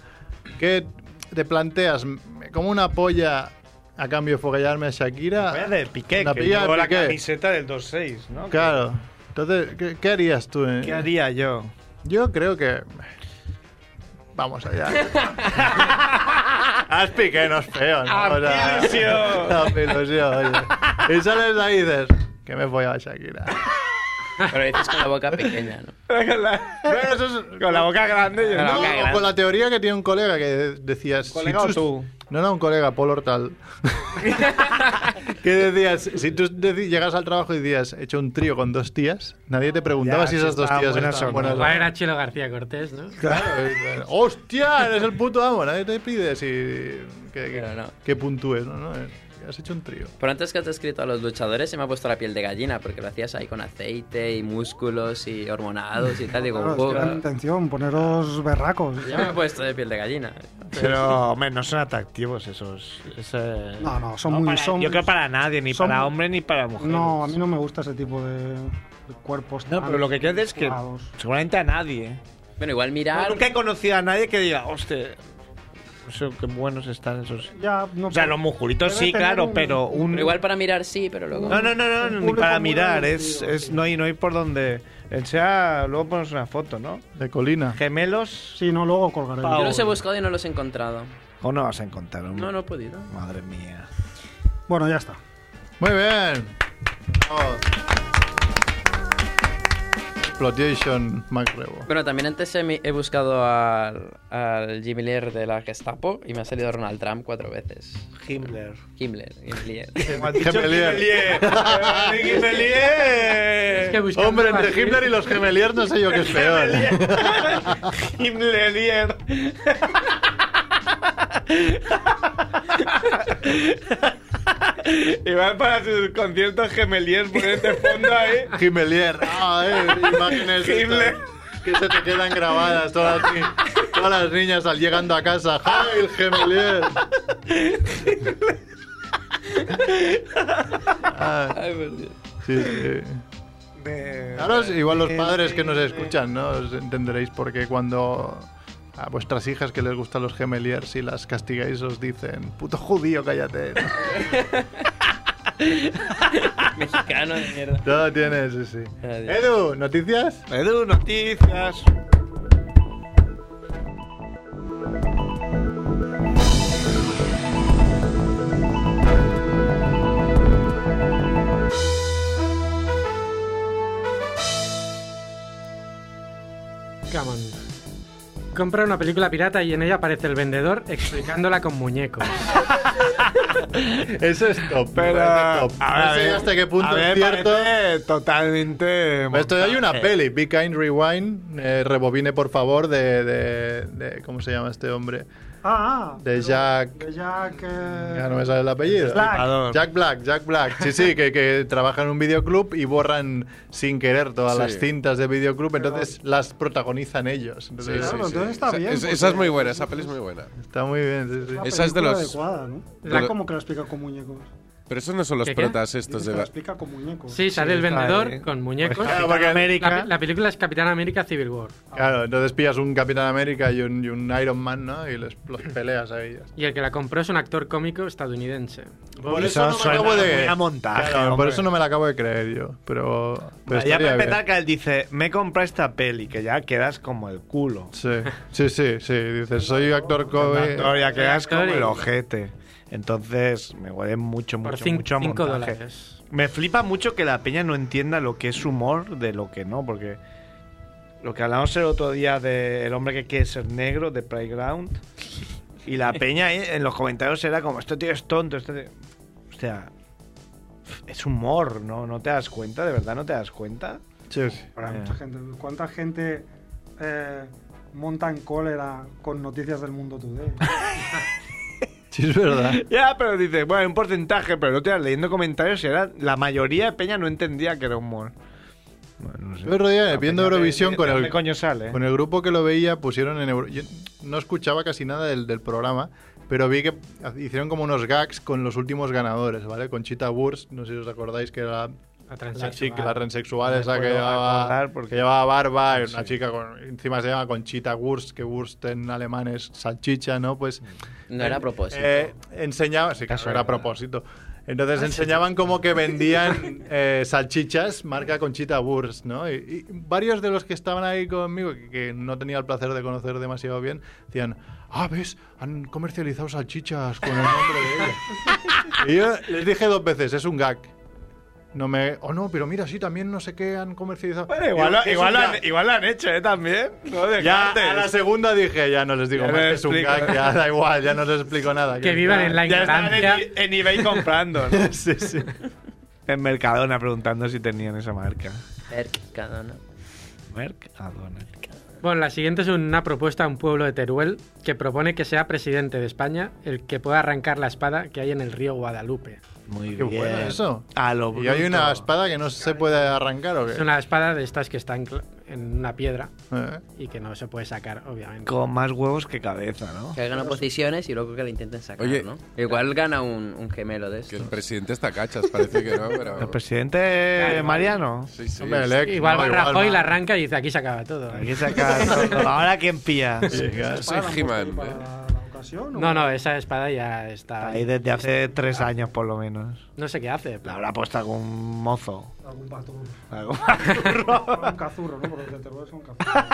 E: ¿Qué te planteas? ¿Me como una polla a cambio de foguearme a Shakira?
A: Vaya de Piqué,
E: La
A: que
E: pilla de
A: llevó la
E: Piqué.
A: camiseta del 2-6, ¿no?
E: Claro. Entonces, ¿qué, qué harías tú? eh?
A: ¿Qué haría yo?
E: Yo creo que. Vamos allá. Haz Piqué, no es feo, ¿no? O sea,
A: Apilusión.
E: apilusión, oye. Y sales de ahí y dices, que me voy a Shakira.
D: Pero dices con la boca pequeña, ¿no?
E: Pero eso es-
A: Con la boca grande. yo-
D: Con la
E: No,
D: boca
E: o
D: grande.
E: con la teoría que tiene un colega que de- decía... si
A: ¿Colega o
E: tus-
A: tú?
E: No, no, un colega, Paul Hortal. que decías, si tú deci- llegas al trabajo y decías, he hecho un trío con dos tías, nadie te preguntaba
A: Ya,
E: si
A: si
E: esas dos
A: estaban
E: tías
A: buenas
E: estaban
A: o no.
E: buenas.
C: Igual era Chelo García Cortés, ¿no?
E: Claro, y dices, ¡Hostia! Eres el puto amo, nadie te pide si... que, que-
D: Pero no.
E: que puntúes, ¿no? ¿no? Has hecho un trío.
D: Pero antes que has descrito a los luchadores se me ha puesto la piel de gallina porque lo hacías ahí con aceite y músculos y hormonados y tal. Digo,
F: claro, Ah, es
D: wow.
A: pues,
F: que era mi intención, poneros berracos.
D: Ya me he puesto de piel de gallina.
A: Pero, hombre, no son atractivos esos. ese-
F: No, no, son muy-
A: para-
F: son-
A: yo creo para nadie, ni
F: son-
A: para hombre ni para mujer.
F: No, a mí no me gusta ese tipo de de cuerpos.
A: No,
F: tan
A: pero lo que quiero decir es que
F: musculados.
A: seguramente a nadie. ¿eh?
D: Bueno, igual
A: Yo
D: mirar.
A: nunca he conocido a nadie que diga, hostia, eso, qué buenos están esos.
F: Ya, no,
A: O sea,
F: pero-
A: los musculitos
F: debe
A: sí,
F: tener
A: claro,
F: un-
A: pero un...
D: Pero igual para mirar sí, pero luego.
A: No, no, no, no, ni
F: público
A: para
F: muy
A: mirar, es,
F: reducido,
A: es
F: sí.
A: no hay no hay por donde. El sea, luego pones una foto, ¿no?
E: De colina.
A: Gemelos,
F: Sí, no, luego colgaré.
A: Pa-
D: Yo los he buscado y no los he encontrado.
A: o no vas a encontrar uno.
D: No, no he podido.
A: Madre mía.
F: Bueno, ya está.
E: Muy bien. Vamos. Exploitation Mac Rebo.
D: Bueno, también antes he, mi- he buscado al, al Jimmy Lear de la Gestapo y me ha salido Ronald Trump cuatro veces.
A: Himmler.
D: Himmler, Himmler.
E: Gemelier.
A: eh.
C: Es que buscando
E: Hombre, entre
C: las-
E: Himmler y los gemeliers no sé yo qué es peor.
A: Himmler. Y van para sus conciertos gemeliers por este fondo ahí.
E: Himmelier. Ah, eh, imágenes de
A: Himmler.
E: estas que se te quedan grabadas todas las, ni- todas las niñas al llegando a casa. ¡Ay, el Gemelier! Ah,
D: pues,
E: sí, sí.
A: De-
E: Claro, es igual los padres que nos escuchan, ¿no? Os entenderéis porque cuando a vuestras hijas que les gustan los gemeliers y las castigáis os dicen, puto judío, cállate.
D: Mexicano de mierda.
E: Todo tienes, sí, sí.
D: Adiós.
E: Edu, ¿noticias?
A: Edu, noticias.
C: Come on. Compra una película pirata y en ella aparece el vendedor explicándola con muñecos.
E: Eso es top.
A: Pero
E: eso
A: a
E: es top.
A: ver,
E: no sé hasta qué punto
A: a ver,
E: es cierto.
A: parece Totalmente.
E: Esto hay una
A: montaje.
E: peli, Be Kind Rewind, eh, rebobine por favor, de, de- de- ¿Cómo se llama este hombre?
F: Ah, ah,
E: De
F: pero-
E: Jack.
F: de Jack. eh,
E: Ya no me sale el apellido.
F: Black.
A: Destripador.
E: Jack Black, Jack Black. Sí, sí, que, que trabaja en un videoclub y borran sin querer todas
G: Sí.
E: las cintas de videoclub, entonces las protagonizan ellos. Entonces,
F: Claro, entonces está
G: Esa-
F: bien,
G: es-
F: porque-
G: esa es muy buena, esa peli es muy buena.
E: Está muy bien, sí, sí.
F: una
G: Esa es de
F: película
G: los-
F: adecuada, ¿no?
G: La-
F: Es como que lo explica con muñecos.
G: Pero esos no son los
C: ¿Qué, qué?
G: protas estos
F: Dices
G: de
F: que lo
G: la...
F: explica con muñecos.
C: Sí, sale
A: Sí,
C: el
A: está
C: vendedor
A: bien. Pues
C: con muñecos.
E: Claejado, porque-
C: La, la película es Capitán América Civil War.
E: Claro, entonces pillas un Capitán América y un, y un Iron Man, ¿no? Y los, los peleas ahí.
C: Y el que la compró es un actor cómico estadounidense.
E: Por
A: Eso
E: eso, no me
A: suena
E: acabo
A: muy
E: de...
A: a montaje,
E: Claro, por
A: hombre.
E: eso no me la acabo de creer yo. Pero, pero
A: ya
E: estaría
A: para
E: bien.
A: empezar que él dice, me compra esta peli, que ya quedas como el culo.
E: Sí, sí, sí, sí. Dices, soy actor Kobe.
A: No, ya quedas como
C: Actor y-
A: el ojete. Entonces, me huele mucho,
C: Por
A: mucho,
C: 5
A: mucho a montaje.
C: dólares.
A: Me flipa mucho que la peña no entienda lo que es humor de lo que no, porque lo que hablamos el otro día de El hombre que quiere ser negro, de Playground, y la peña ahí en los comentarios era como, este tío es tonto, este tío... O sea, es humor, ¿no? ¿No te das cuenta? ¿De verdad no te das cuenta? Eh.
E: Sí, sí.
F: Habrá
A: Ya.
F: mucha gente. ¿Cuánta gente eh, monta en cólera con noticias del mundo today?
E: Sí, es verdad.
A: Ya, pero dices, bueno, hay un porcentaje, pero no te leyendo comentarios y era la mayoría de peña no entendía que era humor. Bueno, no sé.
E: El otro día,
A: peña
E: viendo
A: de-
E: Eurovisión
A: de-
E: con
A: de
E: el-
A: dónde coño sale? eh.
E: Con el grupo que lo veía pusieron en Euro... Yo no escuchaba casi nada del, del programa, pero vi que hicieron como unos gags con los últimos ganadores, ¿vale? Con Chita Wurst, no sé si os acordáis que era la,
C: La
E: la
C: transacción.
E: chica, la transexual esa que
A: puedo
E: llevaba,
A: acordar porque-
E: que llevaba barba, y una chica con, encima se llama Conchita Wurst, que Wurst en alemán es salchicha, ¿no? Pues
A: Mm.
D: No era a propósito.
E: eh, enseñaba, sí, claro, era a propósito.
A: Ah,
E: Entonces enseñaban como que vendían eh, salchichas marca Conchita Wurst, ¿no? Y, y varios de los que estaban ahí conmigo, que, que no tenía el placer de conocer demasiado bien, decían, ah, ves, han comercializado salchichas con el nombre de ella. y yo les dije dos veces, es un gag. No me... Oh, no, pero mira, sí, también no sé qué han comercializado.
A: Bueno, igual, lo-
E: Digo, "Es un
A: igual lo han,
E: gag".
A: igual lo han hecho, ¿eh? También. No
E: Ya
A: Dejaste.
E: a la segunda dije, ya no les digo
A: Ya
E: más
A: no
E: que es un
A: explico.
E: gag, ya da igual, ya no les explico nada.
C: Que vivan en la
A: Ya estaban
C: ignorancia.
A: en, en eBay comprando, ¿no?
E: Sí, sí.
A: En Mercadona preguntando si tenían esa marca.
D: Mercadona.
A: Mercadona.
C: Bueno, la siguiente es una propuesta a un pueblo de Teruel que propone que sea presidente de España el que pueda arrancar la espada que hay en el río Guadalupe.
A: Muy
E: Qué
A: bien.
E: bueno eso.
A: A lo
E: Y hay
A: bruto.
E: una espada que no se puede arrancar o qué.
C: Es una espada de estas que está encla- en una piedra
E: Eh,
C: y que no se puede sacar, obviamente.
A: Con más huevos que cabeza, ¿no?
D: Que ha ganado posiciones y luego que la intenten sacar,
G: Oye.
D: ¿no? Igual gana un, un gemelo de
G: Que
D: estos.
G: el presidente está cachas, parece que no,
A: El
G: pero...
A: presidente Mariano.
G: Sí, sí.
E: Hombre, el ex,
C: Igual
E: no,
C: va Rajoy,
E: no.
C: la arranca y dice, aquí se acaba todo.
A: Aquí saca todo. Ahora quién pilla.
E: Sí, claro.
G: Soy
F: ¿Para
G: He-Man.
F: para
G: eh.
F: la ocasión? o-
C: No, no, esa espada ya está...
A: Ahí desde hace tres años, por lo menos.
C: No sé qué hace.
A: La habrá puesto algún mozo.
F: Algún pato.
A: Algún-
F: Un cazurro, ¿no? Porque los de Teruel son cazurros.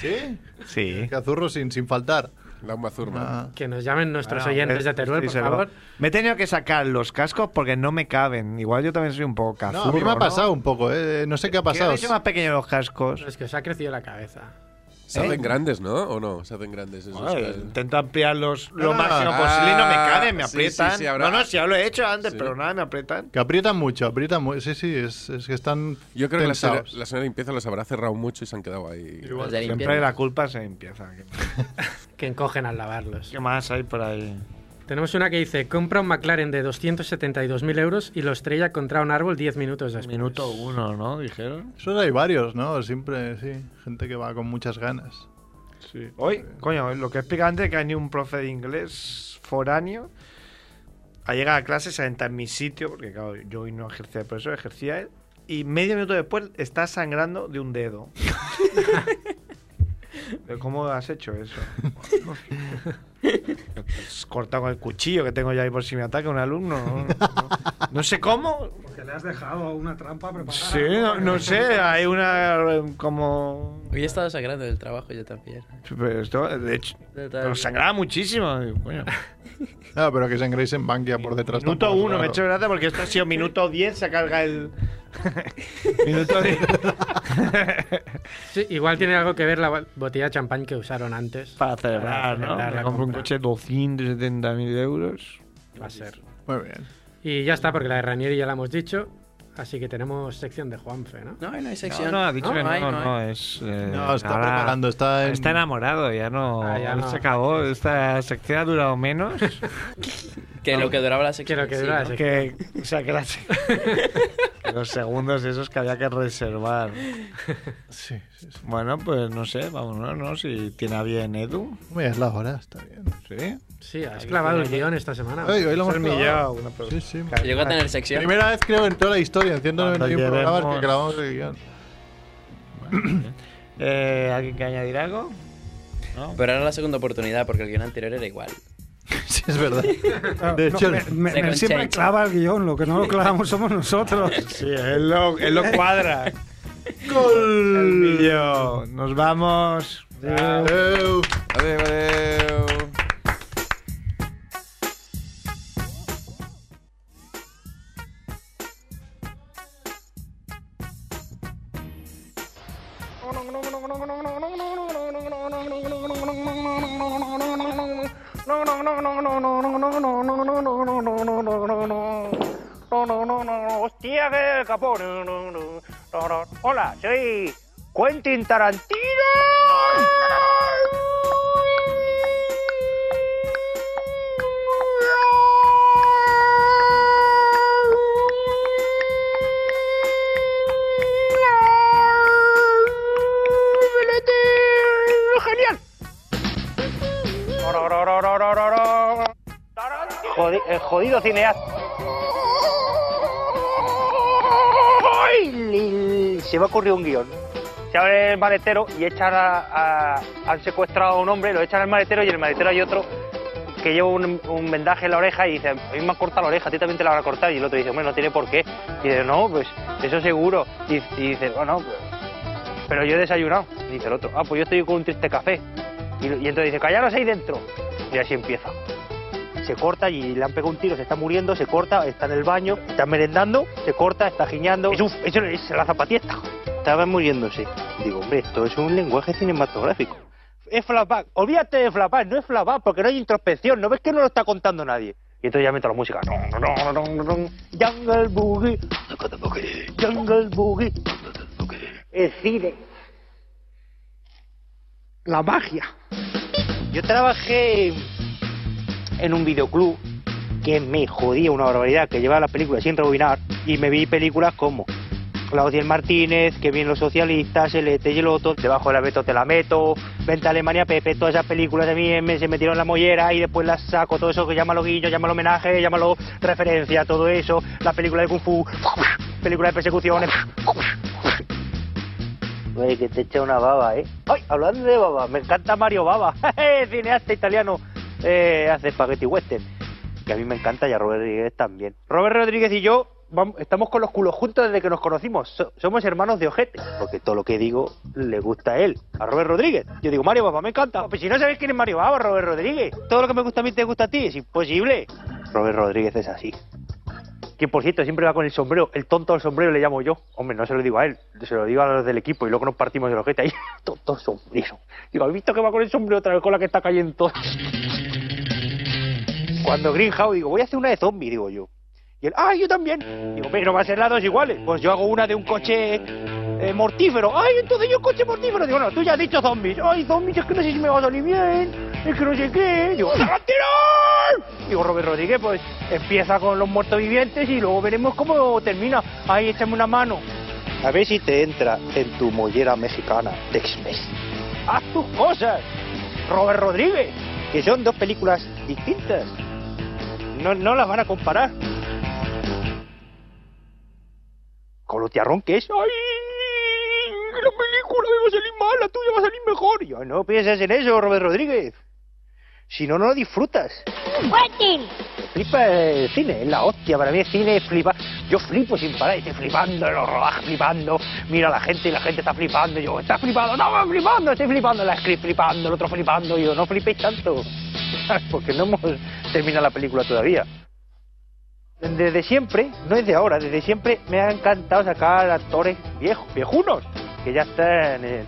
E: ¿Sí?
A: Sí.
E: Cazurro sin, sin faltar.
G: La mazurma.
E: Ah.
C: Que nos llamen nuestros
A: Bueno,
C: oyentes
A: es-
C: de Teruel,
A: sí,
C: por
A: se lo-
C: favor.
A: Me he tenido que sacar los cascos porque no me caben. Igual yo también soy un poco
E: No,
A: cazurro.
E: a mí me ha
A: ¿no?
E: pasado un poco, eh. No sé qué ha
A: ¿Qué
E: pasado.
A: han hecho más pequeños los cascos?
C: Es que os ha crecido la cabeza.
G: Se
A: ¿Eh?
G: hacen grandes, ¿no? ¿O no? Se hacen grandes esos.
A: Ay,
G: cal-
A: intento ampliarlos lo
E: Ah,
A: máximo posible y no me caben, me
G: ah, sí, sí,
A: aprietan.
G: sí, habrá-
A: No, no, si ya lo he hecho antes,
G: Sí.
A: pero nada, me aprietan.
E: Que aprietan mucho, aprietan mucho. Sí, sí, es, es que están
G: Yo creo que la señora,
E: tensados.
G: la señora limpieza los habrá cerrado mucho y se han quedado ahí.
C: Pues
D: Los de
A: Siempre
D: limpieza.
A: la culpa se empieza. ¿Qué más-
C: Que encogen al lavarlos.
A: ¿Qué más hay por ahí?
C: Tenemos una que dice, compra un McLaren de 272.000 euros y lo estrella contra un árbol 10 minutos después.
A: Minuto uno, ¿no? Dijeron.
E: Esos hay varios, ¿no? Siempre, sí. Gente que va con muchas ganas.
A: Sí. Eh, Hoy, coño, lo que es picante es que hay ni un profe de inglés foráneo. Ha llegado a clase, se entra en mi sitio, porque claro, yo hoy no ejercía de profesor, ejercía él. Y medio minuto después está sangrando de un dedo. Pero, ¿Cómo has hecho eso? Pues, cortado con el cuchillo que tengo ya ahí por si me ataca un alumno. No, No- no sé cómo.
F: Porque le has dejado una trampa preparada.
A: Sí, no, no sé. Hay una eh, como.
D: Hoy he estado sangrando del trabajo yo también.
A: Pero esto, de hecho, pero
D: Total.
A: sangraba muchísimo. Digo, coño.
E: Ah, pero que sangréis en Bankia por detrás.
A: Minuto
E: tampoco es
A: uno, me he
E: raro.
A: hecho gracia porque esto ha sido minuto 10, se carga el. minuto 10.
C: Sí, igual tiene algo que ver la bo- botella de champán que usaron antes.
A: Para celebrar,
C: Para celebrar
A: ¿no?
C: la
A: Me compré un
C: compra.
A: coche de 270.000 euros.
C: va a ser.
E: Muy bien.
C: Y ya está, porque la de Ranieri ya la hemos dicho. Así que tenemos sección de Juanfe, ¿no?
D: No, no hay
A: No,
D: sección.
A: no, ha dicho que no,
D: hay,
A: no,
D: hay.
A: es. eh,
E: No, está
A: ahora
E: preparando, está en...
A: Está enamorado, ya no.
C: Ah, ya no.
A: Se acabó. Esta sección ha durado menos.
D: Que lo que duraba la sección.
C: Quiero que
D: sí,
C: dura la
D: ¿no?
C: sección.
A: que, o sea, que la- que los segundos esos que había que reservar.
E: Sí, sí, sí.
A: Bueno, pues no sé, vámonos, ¿no? Si tiene a bien Edu.
E: Hombre, es la hora, está bien.
A: Sí.
C: Sí, has clavado el guión esta semana.
E: Ay, hoy lo hemos
A: Ser
E: grabado.
A: millón, una pregunta.
E: Sí, sí.
D: Llegó a tener sección.
E: Primera vez creo en toda la historia, en
A: Cuando
E: 191
A: llevemos-
E: programas que grabamos el guión.
A: Eh, ¿Alguien que añadir algo? No.
D: Pero ahora la segunda oportunidad, porque el guión anterior era igual.
E: Sí, es verdad.
F: Claro,
E: De
F: no,
E: hecho,
F: me- me-
D: Second
F: me siempre
D: change.
F: clava el guión, lo que no lo clavamos somos nosotros.
A: Sí, él lo, él lo cuadra. El millón. Nos vamos.
E: Adeu.
G: Adeu, adeu.
K: Hostia, que capón. Hola, soy Quentin Tarantino. ¡Genial! Jodi- eh, jodido cineasta. ¡Ay! Se me ha ocurrido un guión. Se abre el maletero y echan a, a- Han secuestrado a un hombre, lo echan al maletero y en el maletero hay otro que lleva un, un vendaje en la oreja y dice, a mí me han cortado la oreja, a ti también te la van a cortar. Y el otro dice, hombre, no tiene por qué. Y dice, no, pues eso seguro. Y, y dice, bueno, pero yo he desayunado. Y dice el otro, ah, pues yo estoy con un triste café. Y, y entonces dice, callaros ahí dentro. Y así empieza se corta y le han pegado un tiro, se está muriendo, se corta, está en el baño, está merendando, se corta, está giñando. Es, un- eso es la zapatiesta. Estaba muriéndose. Digo, hombre, esto es un lenguaje cinematográfico. Es flashback. Olvídate de flashback, no es flashback porque no hay introspección. ¿No ves que no lo está contando nadie? Y entonces ya meto la música. Jungle Boogie. Jungle Boogie. El cine. La magia. Yo trabajé en un videoclub que me jodía una barbaridad, que llevaba las películas sin rebobinar y me vi películas como La Odiel Martínez, que vienen los socialistas, el ET y el otro, debajo de la Beto te la meto, Venta Alemania Pepe, todas esas películas de mí me, se metieron en la mollera y después las saco, todo eso que llámalo guillo, llámalo homenaje, llámalo referencia, todo eso, la película de Kung Fu, película de persecuciones. Oye, que te echa una baba, ¿eh? ¡Ay! Hablando de baba, me encanta Mario Baba, cineasta italiano, eh, hace spaghetti western, que a mí me encanta y a Robert Rodríguez también. Robert Rodríguez y yo vam- estamos con los culos juntos desde que nos conocimos, So- somos hermanos de ojete, porque todo lo que digo le gusta a él, a Robert Rodríguez. Yo digo, Mario Baba, me encanta. Pues si no sabéis quién es Mario Baba, Robert Rodríguez, todo lo que me gusta a mí te gusta a ti, es imposible. Robert Rodríguez es así. Que por cierto, siempre va con el sombrero. El tonto al sombrero le llamo yo. Hombre, no se lo digo a él, se lo digo a los del equipo y luego nos partimos de los ahí. Tonto al sombrero. Digo, ¿has visto que va con el sombrero otra vez con la que está cayendo todo? Cuando Greenhouse, digo, voy a hacer una de zombie, digo yo. Y él, ¡ay, yo también! Digo, pero no va a ser las dos iguales. Pues yo hago una de un coche eh, mortífero. ¡Ay, entonces yo coche mortífero! Digo, no, tú ya has dicho zombies. ¡Ay, zombies! Es que no sé si me va a salir bien. Es que no sé qué. Digo, "¡Ah, ¡Tarantino! Digo, Robert Rodríguez, pues empieza con los muertos vivientes y luego veremos cómo termina. ¡Ay, échame una mano! A ver si te entra en tu mollera mexicana, Tex-Mex. ¡Haz tus cosas! Robert Rodríguez, que son dos películas distintas. No, no las van a comparar. Con lo tiarrón que es. ¡Ay! La película me va a salir mal, la tuya va a salir mejor. Yo, no pienses en eso, Robert Rodríguez. Si no, no lo disfrutas. Flipa el cine, es la hostia. Para mí el cine es flipa. Yo flipo sin parar, estoy flipando, los rodajes flipando. Mira a la gente y la gente está flipando. Yo, está flipando, no, flipando, estoy flipando. La script flipando, el otro flipando. Yo, no flipéis tanto. Porque no hemos terminado la película todavía. Desde siempre, no es de ahora, desde siempre me ha encantado sacar actores viejos, viejunos, que ya están eh,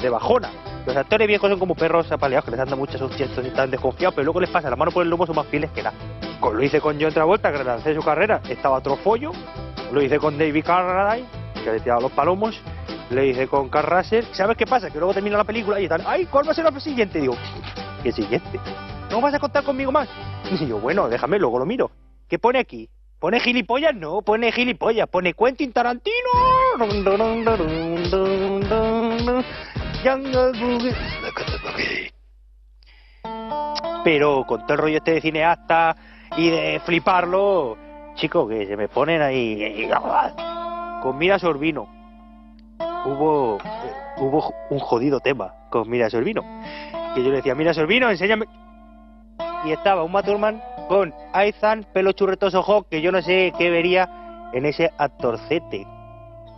K: de bajona. Los actores viejos son como perros apaleados que les anda muchas ciertos y están desconfiados, pero luego les pasa la mano por el lomo, son más fieles que nada. Con- Lo hice con John Travolta, que relancé su carrera, estaba trofollo. Lo hice con David Carradine, que le tiraba los palomos. Le hice con Carl Russell. ¿Sabes qué pasa? Que luego termina la película y están, ¡ay, cuál va a ser la siguiente! Y digo, ¿qué siguiente? ¿No vas a contar conmigo más? Y yo, bueno, déjame, luego lo miro. ¿Qué pone aquí? ¿Pone gilipollas? No, pone gilipollas. Pone Quentin Tarantino. Dun, dun, dun, dun, dun, dun, dun. Jungle Book. Pero con todo el rollo este de cineasta y de fliparlo, chico, que se me ponen ahí. Con Mira Sorbino. Hubo, hubo un jodido tema con Mira Sorbino. Que yo le decía, Mira Sorbino, enséñame. Y estaba un Maturman con Aizan, pelo churretoso, ojo, que yo no sé qué vería en ese actorcete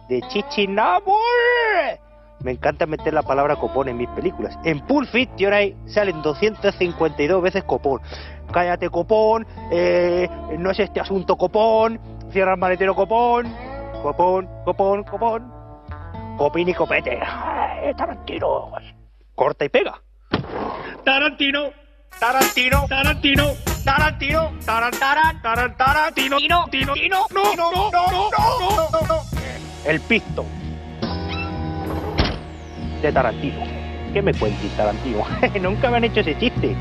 K: de Chichinabo. Me encanta meter la palabra copón en mis películas. En Pulp Fiction ahí salen 252 veces copón. Cállate copón, eh, no es este asunto copón, cierra el maletero copón, copón, copón, copón, copín y copete. Ay, Tarantino. Corta y pega. Tarantino, Tarantino, Tarantino, Tarantino, Tarantara, Tarantara, Tino, Tino, Tino, Tino, no, no, no, no, no, no, no. El pisto de Tarantino. ¿Qué me cuentes, Tarantino? Nunca me han hecho ese chiste.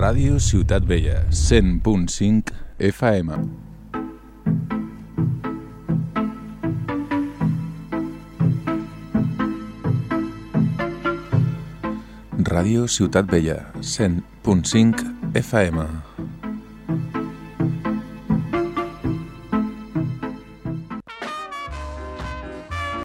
L: Ràdio Ciutat Vella, 100.5 FM. Ràdio Ciutat Vella, 100.5 FM.